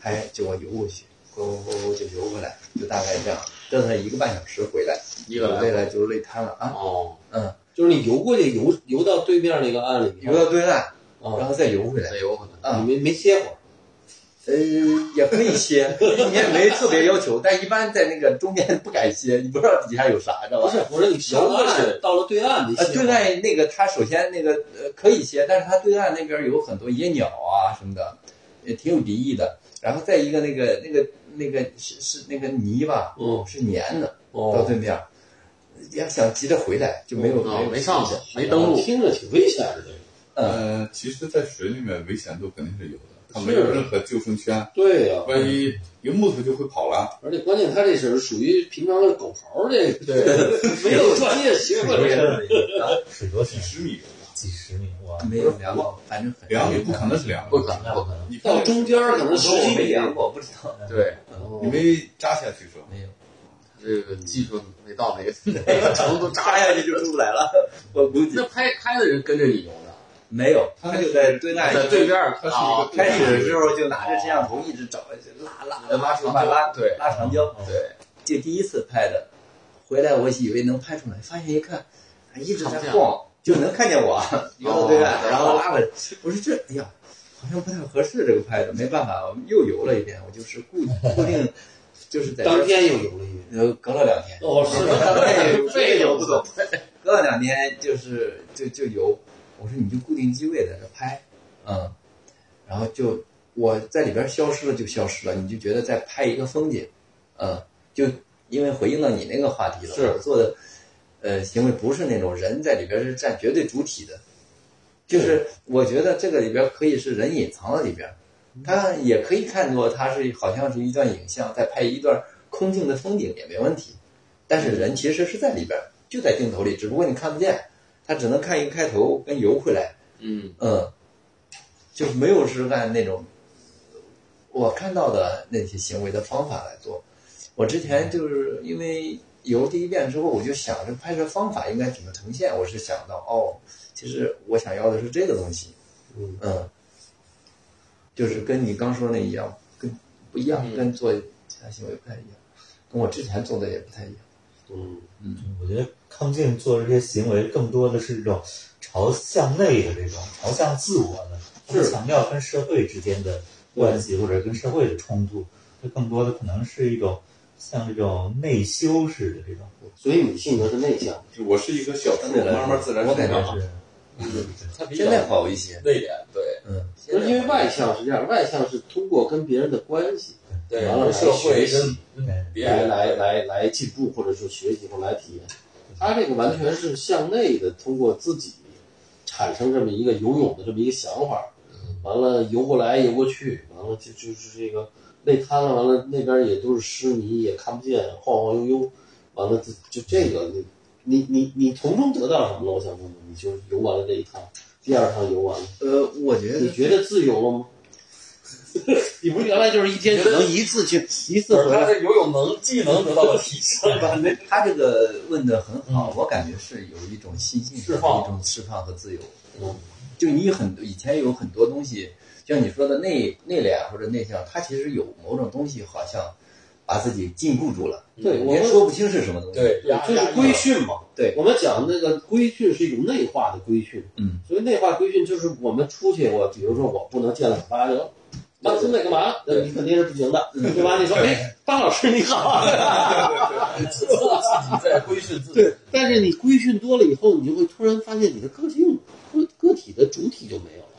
[SPEAKER 4] 拍哎就我游过去，咕咕咕咕就游回来，就大概这样折腾一个半小时回来，
[SPEAKER 1] 一个来
[SPEAKER 4] 累了就累瘫了啊，
[SPEAKER 1] 哦，
[SPEAKER 4] 嗯，
[SPEAKER 1] 就是你游过去，游游到对面那个岸里，
[SPEAKER 4] 游到对岸，
[SPEAKER 1] 哦
[SPEAKER 4] 然后再游回来
[SPEAKER 1] 再。游回来，
[SPEAKER 4] 啊
[SPEAKER 1] 你没没歇会儿，
[SPEAKER 4] 呃，也可以歇， 你也没特别要求，但一般在那个中间不敢歇，你不知道底下有啥，知道
[SPEAKER 1] 不
[SPEAKER 4] 吧？
[SPEAKER 1] 是不是，你上
[SPEAKER 4] 游过去
[SPEAKER 1] 岸到了对岸你歇
[SPEAKER 4] 呃
[SPEAKER 1] 会，儿，
[SPEAKER 4] 对岸那个它首先那个呃可以歇，但是它对岸那边有很多野鸟啊什么的，也挺有敌意的。然后再一个那个那个那个是是那个泥吧，
[SPEAKER 1] 嗯
[SPEAKER 4] 是粘的，到
[SPEAKER 1] 哦，
[SPEAKER 4] 啊对面，要想急着回来就没
[SPEAKER 2] 嗯
[SPEAKER 4] 有、
[SPEAKER 1] 哦
[SPEAKER 4] 有
[SPEAKER 1] 没上去
[SPEAKER 4] 时间
[SPEAKER 1] 没登陆，哦听着挺危险的这个。
[SPEAKER 3] 呃，其实，在水里面危险度肯定是有的，它
[SPEAKER 1] 是
[SPEAKER 3] 没有任何救生圈，
[SPEAKER 1] 对呀、
[SPEAKER 3] 万一一个木头就会跑了。
[SPEAKER 1] 而且关键他这是属于平常的狗刨儿这个，
[SPEAKER 4] 对，
[SPEAKER 1] 没有专业学过
[SPEAKER 5] 水多
[SPEAKER 1] 这个。
[SPEAKER 5] 深？水多
[SPEAKER 3] 几
[SPEAKER 5] 深？
[SPEAKER 3] 十米，
[SPEAKER 5] 几十米？哇，
[SPEAKER 4] 没有量过，反正很
[SPEAKER 3] 两米不可能是两米，
[SPEAKER 2] 不可能
[SPEAKER 5] 那不可能。
[SPEAKER 3] 你看
[SPEAKER 1] 到中间儿可能十
[SPEAKER 4] 我
[SPEAKER 1] 几
[SPEAKER 4] 没
[SPEAKER 1] 米，
[SPEAKER 4] 量过，不知道
[SPEAKER 2] 对，
[SPEAKER 1] 哦
[SPEAKER 3] 你没扎下去是吧？
[SPEAKER 4] 没有。
[SPEAKER 2] 这个技术没到那个那个程度，
[SPEAKER 4] 扎
[SPEAKER 2] 扎
[SPEAKER 4] 下去就出不来了， 我估计
[SPEAKER 2] 那拍拍的人跟着你游的，
[SPEAKER 4] 没有，
[SPEAKER 3] 他
[SPEAKER 4] 他
[SPEAKER 3] 那
[SPEAKER 4] 就在对岸
[SPEAKER 2] 在对面儿
[SPEAKER 3] 它是
[SPEAKER 2] 啊
[SPEAKER 3] 一，个
[SPEAKER 4] 开始的时候就哦拿着摄像头一直找，就拉拉的拉长拉
[SPEAKER 2] 对
[SPEAKER 4] 拉长焦，
[SPEAKER 2] 对，
[SPEAKER 4] 这第一次拍的，回来我以为能拍出来，发现一看，哎一直在
[SPEAKER 2] 看不见
[SPEAKER 4] 晃，就能看见我游到对岸，
[SPEAKER 2] 哦
[SPEAKER 4] 然后拉了，我说这哎呀，好像不太合适这个拍的，没办法，我们又游了一遍，我就是固固定，就是在这
[SPEAKER 1] 当天又游了一遍。
[SPEAKER 4] 呃隔了两天，
[SPEAKER 1] 哦，是
[SPEAKER 4] 对，
[SPEAKER 2] 这个
[SPEAKER 4] 游
[SPEAKER 2] 游
[SPEAKER 4] 不
[SPEAKER 2] 不
[SPEAKER 4] 懂
[SPEAKER 2] 懂。
[SPEAKER 4] 隔了两天就是就就游，我说你就固定机位在这拍，嗯，然后就我在里边消失了就消失了，你就觉得在拍一个风景，嗯，就因为回应到你那个话题了，
[SPEAKER 1] 是
[SPEAKER 4] 我做的呃行为不是那种人在里边是占绝对主体的，就是我觉得这个里边可以是人隐藏在里边，它也可以看作它是好像是一段影像，再拍一段空镜的风景也没问题。但是人其实是在里边，就在镜头里，只不过你看不见，他只能看一个开头跟游回来，
[SPEAKER 2] 嗯，
[SPEAKER 4] 嗯，就是没有是按那种我看到的那些行为的方法来做。我之前就是因为游第一遍之后，我就想着拍摄方法应该怎么呈现，我是想到哦，其实我想要的是这个东西，
[SPEAKER 1] 嗯
[SPEAKER 4] 嗯，就是跟你刚说那一样，跟不一样，
[SPEAKER 2] 嗯
[SPEAKER 4] 跟做其他行为不太一样，跟我之前做的也不太一样。
[SPEAKER 1] 嗯，
[SPEAKER 5] 我觉得康静做这些行为更多的是一种朝向内的这种朝向自我的，不强调跟社会之间的关系或者跟社会的冲突，这更多的可能是一种像这种内修式的这种，
[SPEAKER 1] 所以你性格是内向，
[SPEAKER 3] 我是一棵小树，慢慢自然
[SPEAKER 4] 我
[SPEAKER 3] 生
[SPEAKER 4] 感觉
[SPEAKER 3] 长。
[SPEAKER 5] 是
[SPEAKER 2] 他比较
[SPEAKER 4] 现在好一些，
[SPEAKER 2] 内敛，对
[SPEAKER 4] 嗯，
[SPEAKER 1] 不是因为外向是这样，外向是通过跟别人的关系
[SPEAKER 2] 对，
[SPEAKER 1] 完了来
[SPEAKER 2] 社会
[SPEAKER 1] 学习
[SPEAKER 4] 嗯
[SPEAKER 2] 跟
[SPEAKER 5] 哎
[SPEAKER 2] 跟别
[SPEAKER 1] 来
[SPEAKER 2] 人
[SPEAKER 1] 来来来进步，或者是学习或者来体验。他这个完全是向内的，通过自己产生这么一个游泳的这么一个想法，完了游过来游过去，完了就就是这个累瘫了，完了那边也都是湿泥，也看不见，晃晃悠悠，完了就就这个你你你你从中得到什么了？我想问问，你就游完了这一趟，第二趟游完了，
[SPEAKER 4] 呃，我觉
[SPEAKER 1] 你
[SPEAKER 4] 得
[SPEAKER 1] 觉得自由了吗？ 你不是原来就是一天只能一次去一次
[SPEAKER 2] 不是
[SPEAKER 1] 回
[SPEAKER 2] 他
[SPEAKER 1] 来？
[SPEAKER 2] 这游泳能技能得到了提升，
[SPEAKER 4] 他这个问的很
[SPEAKER 1] 嗯
[SPEAKER 4] 好，我感觉是有一种心性
[SPEAKER 2] 释
[SPEAKER 4] 上
[SPEAKER 2] 放
[SPEAKER 4] 的一种释放和自由。
[SPEAKER 1] 嗯，
[SPEAKER 4] 就你有很多以前有很多东西，像你说的内内敛或者内向，它其实有某种东西好像把自己禁锢住了，
[SPEAKER 1] 对，嗯我
[SPEAKER 4] 也
[SPEAKER 1] 们
[SPEAKER 4] 说不清是什么东西。
[SPEAKER 2] 对，
[SPEAKER 1] 对，就是规训嘛。
[SPEAKER 4] 对
[SPEAKER 1] 我们讲那个规训是一种内化的规训。
[SPEAKER 4] 嗯，
[SPEAKER 1] 所谓内化规训就是我们出去，我比如说我不能见到八零，八兄妹干嘛？那你肯定是不行的，
[SPEAKER 2] 嗯
[SPEAKER 1] 对吧？你说，哎，巴老师你好。
[SPEAKER 2] 自己在规训自己。
[SPEAKER 1] 对，但是你规训多了以后，你就会突然发现你的个性个个体的主体就没有了，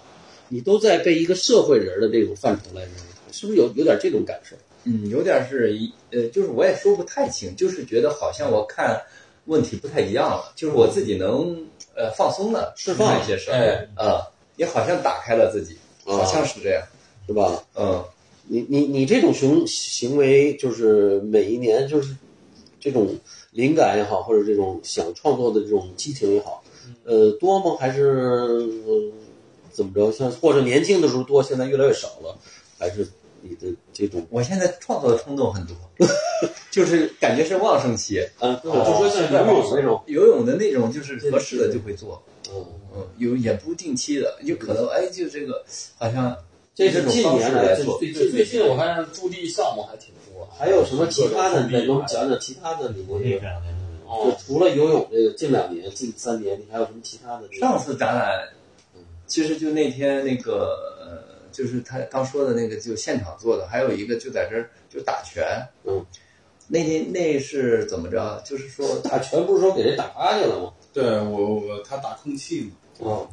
[SPEAKER 1] 你都在被一个社会人的这种范畴来认为，是不是有有点这种感受？
[SPEAKER 4] 嗯，有点是一呃，就是我也说不太清，就是觉得好像我看问题不太一样了，就是我自己能呃放松了，
[SPEAKER 1] 释放了
[SPEAKER 4] 一些事
[SPEAKER 2] 哎
[SPEAKER 4] 儿，啊、也好像打开了自己，
[SPEAKER 1] 啊
[SPEAKER 4] 好像是这样，
[SPEAKER 1] 是吧？
[SPEAKER 4] 嗯，
[SPEAKER 1] 你你你这种行行为，就是每一年就是这种灵感也好，或者这种想创作的这种激情也好，呃，多吗？还是、呃怎么着？像或者年轻的时候多，现在越来越少了，还是你的这种
[SPEAKER 4] 我现在创作的冲动很多， 就是感觉是旺盛期，
[SPEAKER 1] 啊？对我就说像游泳那种，
[SPEAKER 4] 游泳的那种就是合适的就会做，
[SPEAKER 1] 嗯。
[SPEAKER 4] 嗯，有也不定期的，有可能哎，就这个好像
[SPEAKER 1] 这是近年来最最
[SPEAKER 2] 最
[SPEAKER 1] 近的
[SPEAKER 2] 最近我看驻地项目还挺多，啊
[SPEAKER 1] 还有什么其他的？你
[SPEAKER 2] 各
[SPEAKER 1] 再
[SPEAKER 2] 种
[SPEAKER 1] 给我们讲讲其他的领
[SPEAKER 5] 我
[SPEAKER 1] 域
[SPEAKER 5] 这。两年
[SPEAKER 4] 嗯
[SPEAKER 1] 就
[SPEAKER 2] 哦，
[SPEAKER 1] 除了游泳这个，近两年、近三年，你还有什么其他的？
[SPEAKER 4] 上次展览，其实就那天那个，呃就是他刚说的那个，就现场做的，还有一个就在这儿就打拳。
[SPEAKER 1] 嗯，
[SPEAKER 4] 那天那是怎么着？就是说，
[SPEAKER 1] 打拳啊不是说给人打趴下了吗？
[SPEAKER 3] 对我我他打空气嘛，
[SPEAKER 1] 哦，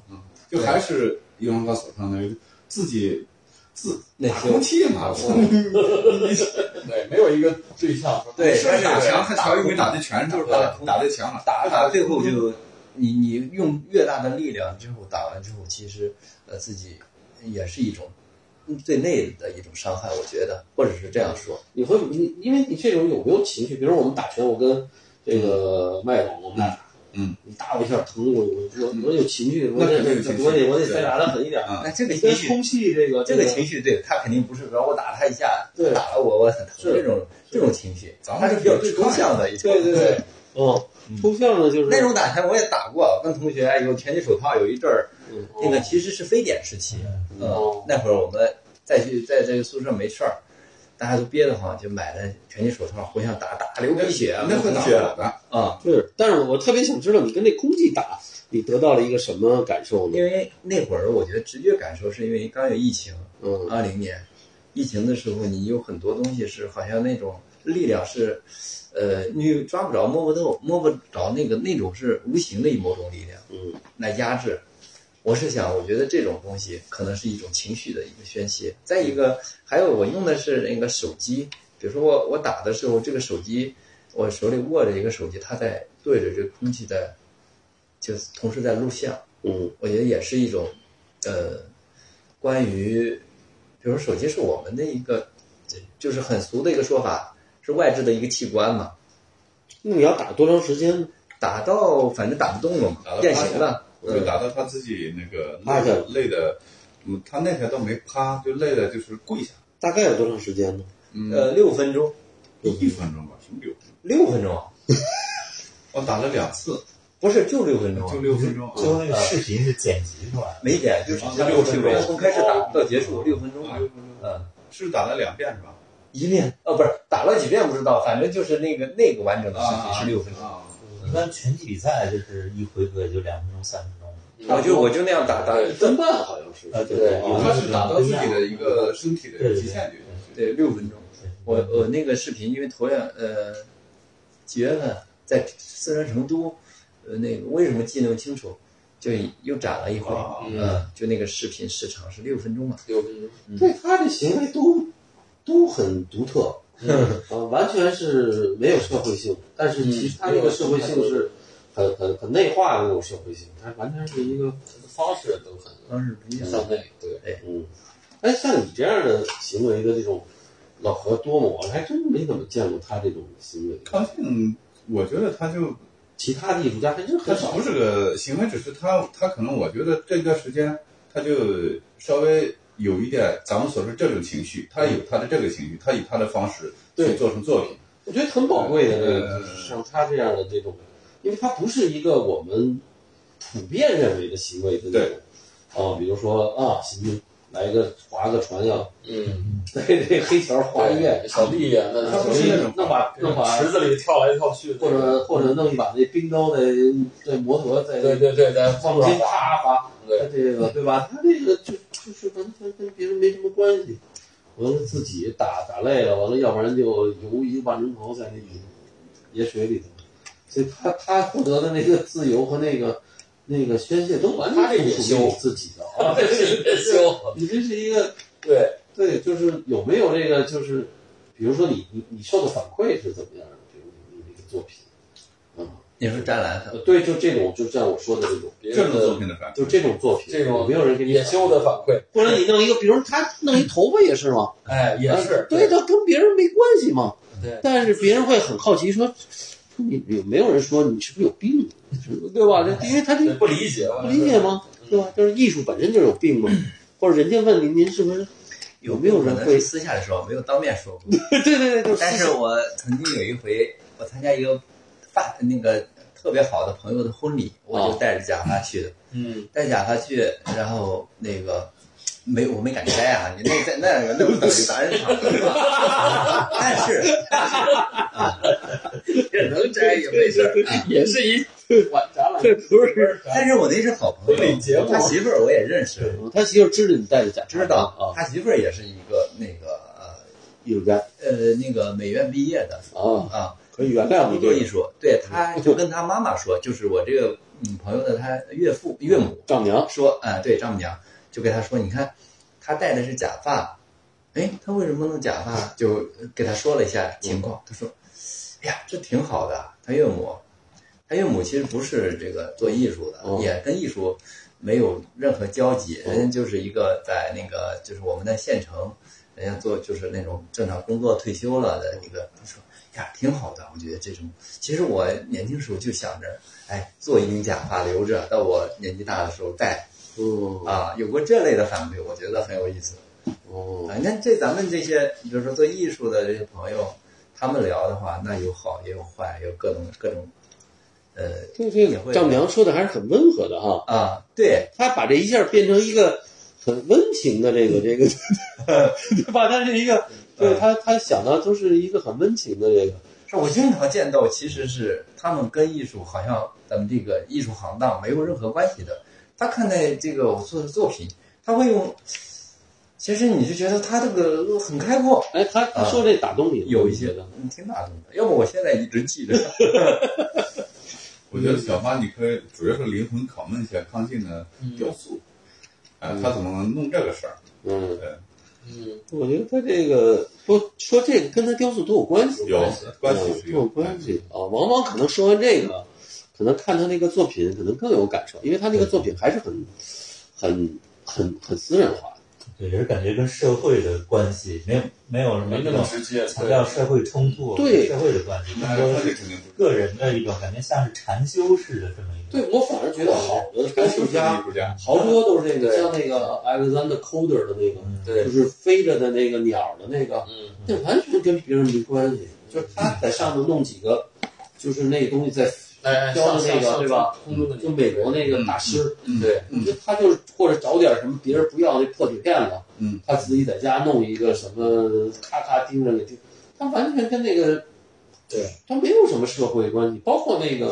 [SPEAKER 3] 就还是一文哥所说的自己自
[SPEAKER 4] 那
[SPEAKER 3] 打
[SPEAKER 4] 些
[SPEAKER 3] 空气嘛，
[SPEAKER 2] 对，没有一个对象说
[SPEAKER 4] 对，
[SPEAKER 3] 是打墙，
[SPEAKER 4] 但
[SPEAKER 3] 他瞧一回打在墙上，打打在墙上，
[SPEAKER 4] 打打最后就，你你用越大的力量之后打完之后，其实呃自己也是一种嗯对内的一种伤害，我觉得，或者是这样说，
[SPEAKER 1] 你会你因为你这种有没有情绪？比如我们打拳，我跟这个麦总，我们俩打，
[SPEAKER 3] 嗯，
[SPEAKER 1] 你打我一下疼，我我我我有情绪，我
[SPEAKER 3] 那
[SPEAKER 1] 得
[SPEAKER 3] 肯定有情绪
[SPEAKER 1] 我得我得再
[SPEAKER 3] 对
[SPEAKER 1] 打他狠一点。
[SPEAKER 3] 啊
[SPEAKER 4] 那这个
[SPEAKER 1] 你
[SPEAKER 4] 嗯情
[SPEAKER 1] 跟
[SPEAKER 4] 绪
[SPEAKER 1] 空气这个
[SPEAKER 4] 这个情绪，对他肯定不是说我打他一下，
[SPEAKER 1] 对
[SPEAKER 4] 打了我我很疼
[SPEAKER 1] 是
[SPEAKER 4] 这种这种情绪，
[SPEAKER 3] 咱
[SPEAKER 4] 他
[SPEAKER 3] 们
[SPEAKER 4] 是比较抽象的一种。
[SPEAKER 1] 对对对，，嗯，抽象的就是
[SPEAKER 4] 那种打拳我也打过，啊跟同学有拳击手套有一阵儿，
[SPEAKER 1] 嗯
[SPEAKER 4] 那个其实是非典时期，
[SPEAKER 1] 哦
[SPEAKER 4] 嗯，那会儿我们再去在这个宿舍没事儿，大家都憋得慌，就买了拳击手套互相打，打流鼻血啊，
[SPEAKER 3] 那会
[SPEAKER 4] 同
[SPEAKER 3] 打
[SPEAKER 4] 学
[SPEAKER 3] 好的，
[SPEAKER 4] 啊，
[SPEAKER 1] 是，但是我特别想知道你跟那空气打，你得到了一个什么感受呢
[SPEAKER 4] 因？为那会儿我觉得直觉感受是因为刚有疫情，
[SPEAKER 1] 嗯，
[SPEAKER 4] 二零年疫情的时候，你有很多东西是好像那种力量是，呃，你抓不着、摸不透、摸不着那个那种是无形的某种力量，
[SPEAKER 1] 嗯，
[SPEAKER 4] 来压制。我是想，我觉得这种东西可能是一种情绪的一个宣泄。再一个，还有我用的是那个手机，比如说我我打的时候，这个手机我手里握着一个手机，它在对着这个空气在，就是同时在录像。
[SPEAKER 1] 嗯
[SPEAKER 4] 我觉得也是一种，呃，关于，比如手机是我们的一个，就是很俗的一个说法，是外置的一个器官嘛，，
[SPEAKER 1] 那你要打多长时间呢？
[SPEAKER 4] 打到反正打不动了嘛
[SPEAKER 3] 打，到
[SPEAKER 4] 变形了，
[SPEAKER 3] 我就
[SPEAKER 4] 嗯，
[SPEAKER 3] 打到他自己那个
[SPEAKER 1] 趴下了
[SPEAKER 3] 累累的，嗯，他那天倒没趴，就累的就是跪下，
[SPEAKER 1] 大概有多长时间呢？
[SPEAKER 3] 嗯，
[SPEAKER 4] 呃，六分钟，
[SPEAKER 3] 一分钟吧，什么六分钟？
[SPEAKER 4] 六分钟啊，
[SPEAKER 3] 我打了两次，
[SPEAKER 4] 不是就六分钟啊，
[SPEAKER 3] 就六分钟，哦
[SPEAKER 5] 最后那个视频是剪辑出来的，
[SPEAKER 4] 没点，就是
[SPEAKER 3] 啊
[SPEAKER 4] 像
[SPEAKER 3] 六
[SPEAKER 4] 分
[SPEAKER 3] 分
[SPEAKER 4] 钟，哦
[SPEAKER 3] 钟
[SPEAKER 4] 从开始打到结束六分钟嘛，嗯，
[SPEAKER 3] 是打了两遍是吧？
[SPEAKER 4] 一遍哦，不是打了几遍不知道，反正就是那个那个完整的视频是六分钟。
[SPEAKER 3] 啊，
[SPEAKER 5] 一般拳击比赛就是一回合也就两分钟、三分钟。
[SPEAKER 4] 啊我就我就那样打打，
[SPEAKER 1] 一分半好像是。
[SPEAKER 5] 呃，对
[SPEAKER 2] 对
[SPEAKER 3] 他是打到自己的一个身体的极限去，
[SPEAKER 4] 对，六分钟。我我那个视频，因为头两呃几月份在四川成都，呃那个为什么记那么清楚，就又展了一回，
[SPEAKER 3] 啊
[SPEAKER 4] 嗯、就那个视频时长是六分钟嘛，
[SPEAKER 2] 六分钟，
[SPEAKER 1] 对他这行为都都很独特，呃，完全是没有社会性，但是其实他这个社会性是很很很内化的那种社会性，它完全是一个
[SPEAKER 2] 方式都很
[SPEAKER 4] 当时不一样。
[SPEAKER 2] 向内，对，
[SPEAKER 1] 嗯。哎，像你这样的行为的这种老何多么，我还真没怎么见过他这种行为。
[SPEAKER 3] 高兴，我觉得他就
[SPEAKER 1] 其他的艺术家还真
[SPEAKER 3] 他
[SPEAKER 1] 很少
[SPEAKER 3] 不。是个行为，只是他他可能我觉得这段时间他就稍微有一点咱们所说这种情绪，他有他的这个情绪，他以他的方式去做成作品。
[SPEAKER 1] 我觉得很宝贵的，这个
[SPEAKER 3] 呃
[SPEAKER 1] 就是像他这样的这种，因为他不是一个我们普遍认为的行为的那种，啊，比如说啊，行，来个划个船要
[SPEAKER 2] 嗯，
[SPEAKER 1] 被这黑条划一遍，
[SPEAKER 2] 小弟呀，那
[SPEAKER 1] 他不是那种弄把弄把
[SPEAKER 2] 池子里跳来跳去，
[SPEAKER 1] 或者或者弄一把那冰刀在在摩托在
[SPEAKER 2] 对对对，在
[SPEAKER 1] 放
[SPEAKER 2] 路
[SPEAKER 1] 心
[SPEAKER 2] 上
[SPEAKER 1] 啪划，他
[SPEAKER 2] 对，
[SPEAKER 1] 这个对吧？他这个就就是跟跟跟别人没什么关系，完了自己打打累了，完了要不然就游一万钟头在那里野水里头，所以他他获得的那个自由和那个那个宣泄都完
[SPEAKER 2] 他这
[SPEAKER 1] 全
[SPEAKER 2] 也
[SPEAKER 1] 不属于
[SPEAKER 2] 修
[SPEAKER 1] 你自己的啊！
[SPEAKER 2] 这是别修，
[SPEAKER 1] 你这是一个
[SPEAKER 2] 对，
[SPEAKER 1] 对，就是有没有这个，就是比如说你你你受的反馈是怎么样的？比如你这个作品，嗯，
[SPEAKER 4] 你说展览，
[SPEAKER 1] 呃对，就这种，就像我说的这种，
[SPEAKER 2] 别
[SPEAKER 3] 这
[SPEAKER 2] 人
[SPEAKER 3] 种
[SPEAKER 2] 的
[SPEAKER 3] 作品的反
[SPEAKER 1] 就这种作品，
[SPEAKER 2] 这种
[SPEAKER 1] 有没有人给你
[SPEAKER 2] 也修的反馈，
[SPEAKER 1] 反馈，或者你弄一个，比如他弄一头 发也是嘛，
[SPEAKER 2] 哎，也是
[SPEAKER 1] 呃对，他跟别人没关系嘛，
[SPEAKER 2] 对
[SPEAKER 1] 但是别人会很好奇说，说你有没有人说你是不是有病，啊对吧？这因为他这
[SPEAKER 2] 对，不理解，
[SPEAKER 1] 不理解吗？对吧？就是艺术本身就有病嘛，或者人家问您您是不 是？有没有
[SPEAKER 4] 可
[SPEAKER 1] 人
[SPEAKER 4] 能
[SPEAKER 1] 会
[SPEAKER 4] 是？私下里说，我没有当面说过。
[SPEAKER 1] 对对对，就是
[SPEAKER 4] 但是我曾经有一回，我参加一个发那个特别好的朋友的婚礼，我就戴着假发去的，
[SPEAKER 2] 哦嗯，
[SPEAKER 4] 戴假发去，然后那个没我没敢摘啊，你那在那个那不等于砸人场子吧？ 但是
[SPEAKER 2] 也能摘也没事儿，
[SPEAKER 1] 也是一
[SPEAKER 2] 晚展 览
[SPEAKER 1] 这不是
[SPEAKER 4] 但是我那是好朋
[SPEAKER 2] 婚礼节
[SPEAKER 4] 友，
[SPEAKER 2] 目
[SPEAKER 4] 他媳妇儿我也认识，
[SPEAKER 1] 他媳妇知道你带着假发，
[SPEAKER 4] 知道
[SPEAKER 1] 啊，
[SPEAKER 2] 哦
[SPEAKER 4] 他媳妇儿也是一个那个
[SPEAKER 1] 艺术家
[SPEAKER 4] 呃呃那个美院毕业的
[SPEAKER 1] 啊，
[SPEAKER 4] 啊，
[SPEAKER 1] 可以原谅你
[SPEAKER 4] 工作
[SPEAKER 1] 这
[SPEAKER 4] 艺
[SPEAKER 1] 个
[SPEAKER 4] 术，对，他就跟他妈妈说，就是我这个嗯朋友的他岳父岳母。
[SPEAKER 1] 丈母娘，
[SPEAKER 4] 说，啊、对，丈母娘就跟他说，你看，他戴的是假发，哎，他为什么弄假发？就给他说了一下情况，他说，哎呀，这挺好的，他岳母，他岳母其实不是这个做艺术的，
[SPEAKER 1] 哦
[SPEAKER 4] 也跟艺术没有任何交集，
[SPEAKER 1] 哦
[SPEAKER 4] 人家就是一个在那个就是我们的县城，人家做就是那种正常工作退休了的一个，他说。哎呀，挺好的，我觉得这种。其实我年轻时候就想着，哎，做一顶假发留着，到我年纪大的时候戴，
[SPEAKER 1] 嗯
[SPEAKER 4] 啊，有过这类的反馈，我觉得很有意思。
[SPEAKER 1] 哦，
[SPEAKER 4] 反正这咱们这些，比如说做艺术的这些朋友，他们聊的话，那有好也有坏，有各种各种，呃
[SPEAKER 1] 这这
[SPEAKER 4] 也会
[SPEAKER 1] 丈母娘说的还是很温和的哈，
[SPEAKER 4] 啊，对，
[SPEAKER 1] 他把这一下变成一个很温情的这个 哎这个，对吧？嗯他是一个，对他他想的都是一个很温情的这个，
[SPEAKER 4] 是我经常见到，其实是他们跟艺术好像咱们这个艺术行当没有任何关系的，他看待这个我做的作品，他会用，其实你就觉得他这个很开阔，
[SPEAKER 1] 哎，他他说这打动你了吗
[SPEAKER 4] 有一些
[SPEAKER 1] 你觉得，
[SPEAKER 4] 嗯挺打动的。要不我现在一直记着，
[SPEAKER 5] 嗯
[SPEAKER 3] 我觉得小花，你可以主要是灵魂拷问一下康健的雕塑，啊，他怎么弄这个事儿？
[SPEAKER 1] 嗯，
[SPEAKER 2] 嗯，
[SPEAKER 1] 我觉得他这个说说这个跟他雕塑都有关系，
[SPEAKER 3] 有关系是
[SPEAKER 1] 有呃关系啊。往往可能说完这个，可能看他那个作品，可能更有感受，因为他那个作品还是很、很、很、很私人化。
[SPEAKER 5] 对，也是感觉跟社会的关系没有没有什么
[SPEAKER 2] 没那
[SPEAKER 5] 那
[SPEAKER 2] 么
[SPEAKER 5] 种
[SPEAKER 2] 直接，
[SPEAKER 5] 强
[SPEAKER 2] 对
[SPEAKER 5] 调社会冲突、
[SPEAKER 1] 对
[SPEAKER 5] 社会的关系，更
[SPEAKER 3] 那
[SPEAKER 5] 多
[SPEAKER 3] 他
[SPEAKER 5] 的
[SPEAKER 3] 这
[SPEAKER 5] 是
[SPEAKER 3] 肯定不是
[SPEAKER 5] 个人的一种感觉，像是禅修似的这么一个。
[SPEAKER 1] 对我反而觉得好的雕塑
[SPEAKER 3] 艺
[SPEAKER 1] 家
[SPEAKER 3] 术家，
[SPEAKER 1] 好多都是这个，
[SPEAKER 2] 对
[SPEAKER 1] 像那个 Alexander Coder 的那个，
[SPEAKER 5] 嗯
[SPEAKER 2] 对
[SPEAKER 1] 就是飞着的那个鸟的那个，
[SPEAKER 2] 嗯，
[SPEAKER 1] 那完全跟别人没关系，就是他在上头弄几个，就是那个东西在
[SPEAKER 2] 哎，
[SPEAKER 1] 雕的
[SPEAKER 2] 上
[SPEAKER 1] 那
[SPEAKER 2] 上
[SPEAKER 1] 个
[SPEAKER 2] 上
[SPEAKER 1] 对吧？
[SPEAKER 2] 空中的你
[SPEAKER 1] 就美国那个
[SPEAKER 2] 嗯
[SPEAKER 1] 大师，
[SPEAKER 2] 对，
[SPEAKER 1] 你说他就是或者找点什么别人不要那破铁片子，
[SPEAKER 3] 嗯，
[SPEAKER 1] 他自己在家弄一个什么，咔咔盯着给盯，他完全跟那个，
[SPEAKER 2] 对，
[SPEAKER 1] 他没有什么社会关系，包括那个，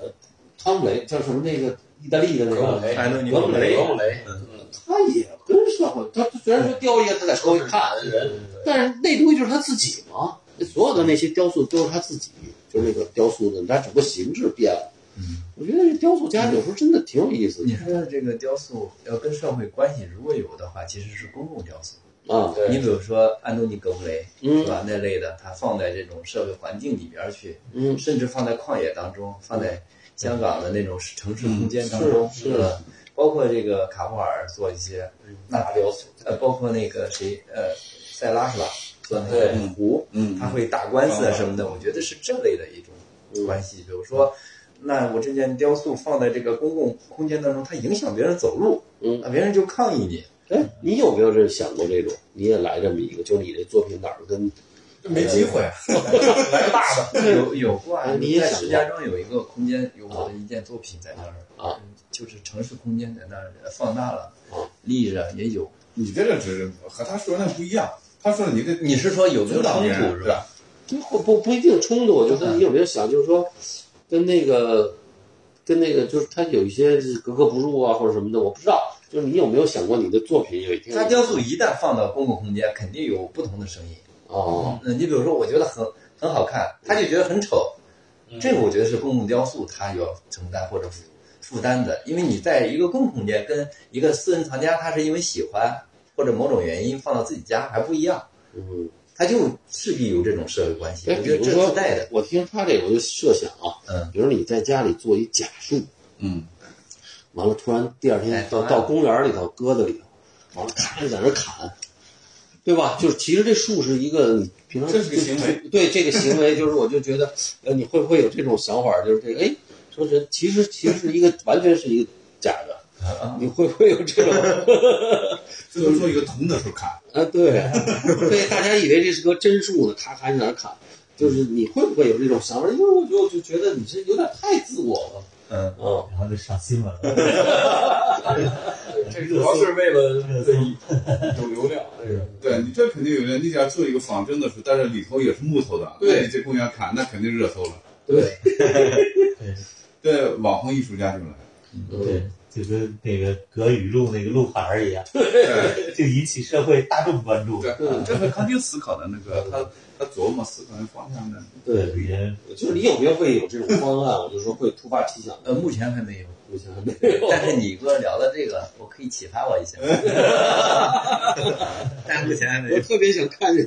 [SPEAKER 1] 呃，汤姆雷叫什么那个意大利的那
[SPEAKER 2] 格姆
[SPEAKER 1] 个，
[SPEAKER 2] 雷，
[SPEAKER 4] 安东尼
[SPEAKER 1] 格姆雷
[SPEAKER 2] 格姆雷，嗯，
[SPEAKER 1] 他也跟社会，他他虽然说雕一个他在社
[SPEAKER 2] 都
[SPEAKER 1] 会
[SPEAKER 2] 是
[SPEAKER 1] 看，
[SPEAKER 2] 人，
[SPEAKER 1] 但是那东西就是他自己嘛，所有的那些雕塑都是他自己，就是那个雕塑的，他只不过形制变了。
[SPEAKER 4] 嗯，
[SPEAKER 1] 我觉得这雕塑家有时候真的挺有意思
[SPEAKER 4] 你说这个雕塑要跟社会关系如果有的话，其实是公共雕塑。
[SPEAKER 1] 的啊，
[SPEAKER 4] 你
[SPEAKER 2] 对，
[SPEAKER 4] 比如说安东尼·格布雷
[SPEAKER 1] 嗯
[SPEAKER 4] 是吧？那类的，他放在这种社会环境里边儿去，
[SPEAKER 1] 嗯，
[SPEAKER 4] 甚至放在旷野当中，放在香港的那种城市空间当
[SPEAKER 1] 是
[SPEAKER 4] 中，
[SPEAKER 1] 是嗯
[SPEAKER 4] 吧？包括这个卡沃尔做一些，
[SPEAKER 1] 大雕塑，
[SPEAKER 4] 呃，包括那个谁，呃，塞拉是吧？做那个
[SPEAKER 2] 对
[SPEAKER 4] 湖，
[SPEAKER 3] 嗯，
[SPEAKER 4] 他会打官司啊什么
[SPEAKER 1] 嗯
[SPEAKER 4] 的，我觉得是这类的一种关系。比如说，那我这件雕塑放在这个公共空间当中，它影响别人走路，
[SPEAKER 1] 嗯
[SPEAKER 4] 啊，别人就抗议你。
[SPEAKER 1] 哎，你有没有这想过这种？你也来这么一个，就你这作品哪儿跟
[SPEAKER 3] 没机会，
[SPEAKER 2] 来个大 的，
[SPEAKER 4] 有有过啊
[SPEAKER 1] 哎，你也
[SPEAKER 4] 在
[SPEAKER 1] 想
[SPEAKER 4] 石
[SPEAKER 1] 过
[SPEAKER 4] 家庄有一个空间，有我的一件作品在那儿嗯
[SPEAKER 1] 啊，
[SPEAKER 4] 就是城市空间在那儿放大了
[SPEAKER 1] 啊，
[SPEAKER 4] 立着也有，
[SPEAKER 3] 你这个只是和他说的那不一样。他说的你得
[SPEAKER 4] 你是说有没嗯有冲
[SPEAKER 3] 主导别
[SPEAKER 4] 突
[SPEAKER 3] 人
[SPEAKER 4] 是
[SPEAKER 3] 对
[SPEAKER 4] 吧？
[SPEAKER 3] 吧？
[SPEAKER 1] 不不不一定冲突，我觉得你有没有想，就是说，跟那个，跟那个，就是他有一些格格不入啊，或者什么的，我不知道。就是你有没有想过，你的作品有一定
[SPEAKER 4] 它雕塑一旦放到公共空间，肯定有不同的声音。
[SPEAKER 1] 哦，
[SPEAKER 4] 嗯，你比如说，我觉得很很好看，他就觉得很丑，
[SPEAKER 1] 嗯
[SPEAKER 4] 这个我觉得是公共雕塑它要承担或者负负担的，因为你在一个公共空间跟一个私人藏家，他是因为喜欢或者某种原因放到自己家还不一样，
[SPEAKER 1] 嗯，
[SPEAKER 4] 他就势必有这种社会关系。
[SPEAKER 1] 哎，
[SPEAKER 4] 我
[SPEAKER 1] 比
[SPEAKER 4] 觉
[SPEAKER 1] 如
[SPEAKER 4] 得这
[SPEAKER 1] 说
[SPEAKER 4] 自带 的，，
[SPEAKER 1] 我听他这个我就设想啊，
[SPEAKER 4] 嗯，
[SPEAKER 1] 比如你在家里做一假树，
[SPEAKER 3] 嗯，
[SPEAKER 1] 完了突然第二天
[SPEAKER 4] 哎
[SPEAKER 1] 到
[SPEAKER 4] 方案
[SPEAKER 1] 到公园里头搁在里头，完了咔就在那儿砍，对吧？就是其实这树是一个你平常
[SPEAKER 3] 这是个
[SPEAKER 1] 就
[SPEAKER 3] 行为，
[SPEAKER 1] 对这个行 为，就是我就觉得，呃，你会不会有这种想法？就是这个，哎，说这其实其实是一个完全是一个假的，
[SPEAKER 4] 啊
[SPEAKER 1] 你会不会有这种？
[SPEAKER 3] 最后说一个铜的时候砍，
[SPEAKER 1] 啊，对，所以大家以为这是棵真树呢，咔咔在那儿砍，就是你会不会有这种想法？因为我就就觉得你这有点太自我了，
[SPEAKER 4] 嗯，
[SPEAKER 1] 嗯，
[SPEAKER 5] 然后就上新闻了。
[SPEAKER 2] 这主要是为了对有流量，这个
[SPEAKER 3] 对你这肯定有人，你想做一个仿真的时候，但是里头也是木头的，
[SPEAKER 2] 对
[SPEAKER 3] 那你这公园砍，那肯定热搜了。
[SPEAKER 1] 对，
[SPEAKER 3] 这网红艺术家就来了，
[SPEAKER 5] 对，就跟那个葛雨露那个路牌儿一样，
[SPEAKER 3] 对
[SPEAKER 5] 就引起社会大众关注。
[SPEAKER 3] 对，这是康定思考的那个，他他琢磨思考的方向呢。
[SPEAKER 1] 对，
[SPEAKER 5] 人
[SPEAKER 1] 就是你有没有会有这种方案？我就说会突发奇想的，
[SPEAKER 4] 呃，目前还没有，
[SPEAKER 1] 目前还没有。
[SPEAKER 4] 但是你跟我聊的这个，我可以启发我一下，但目前还没
[SPEAKER 1] 我
[SPEAKER 4] 有。
[SPEAKER 1] 特别想看见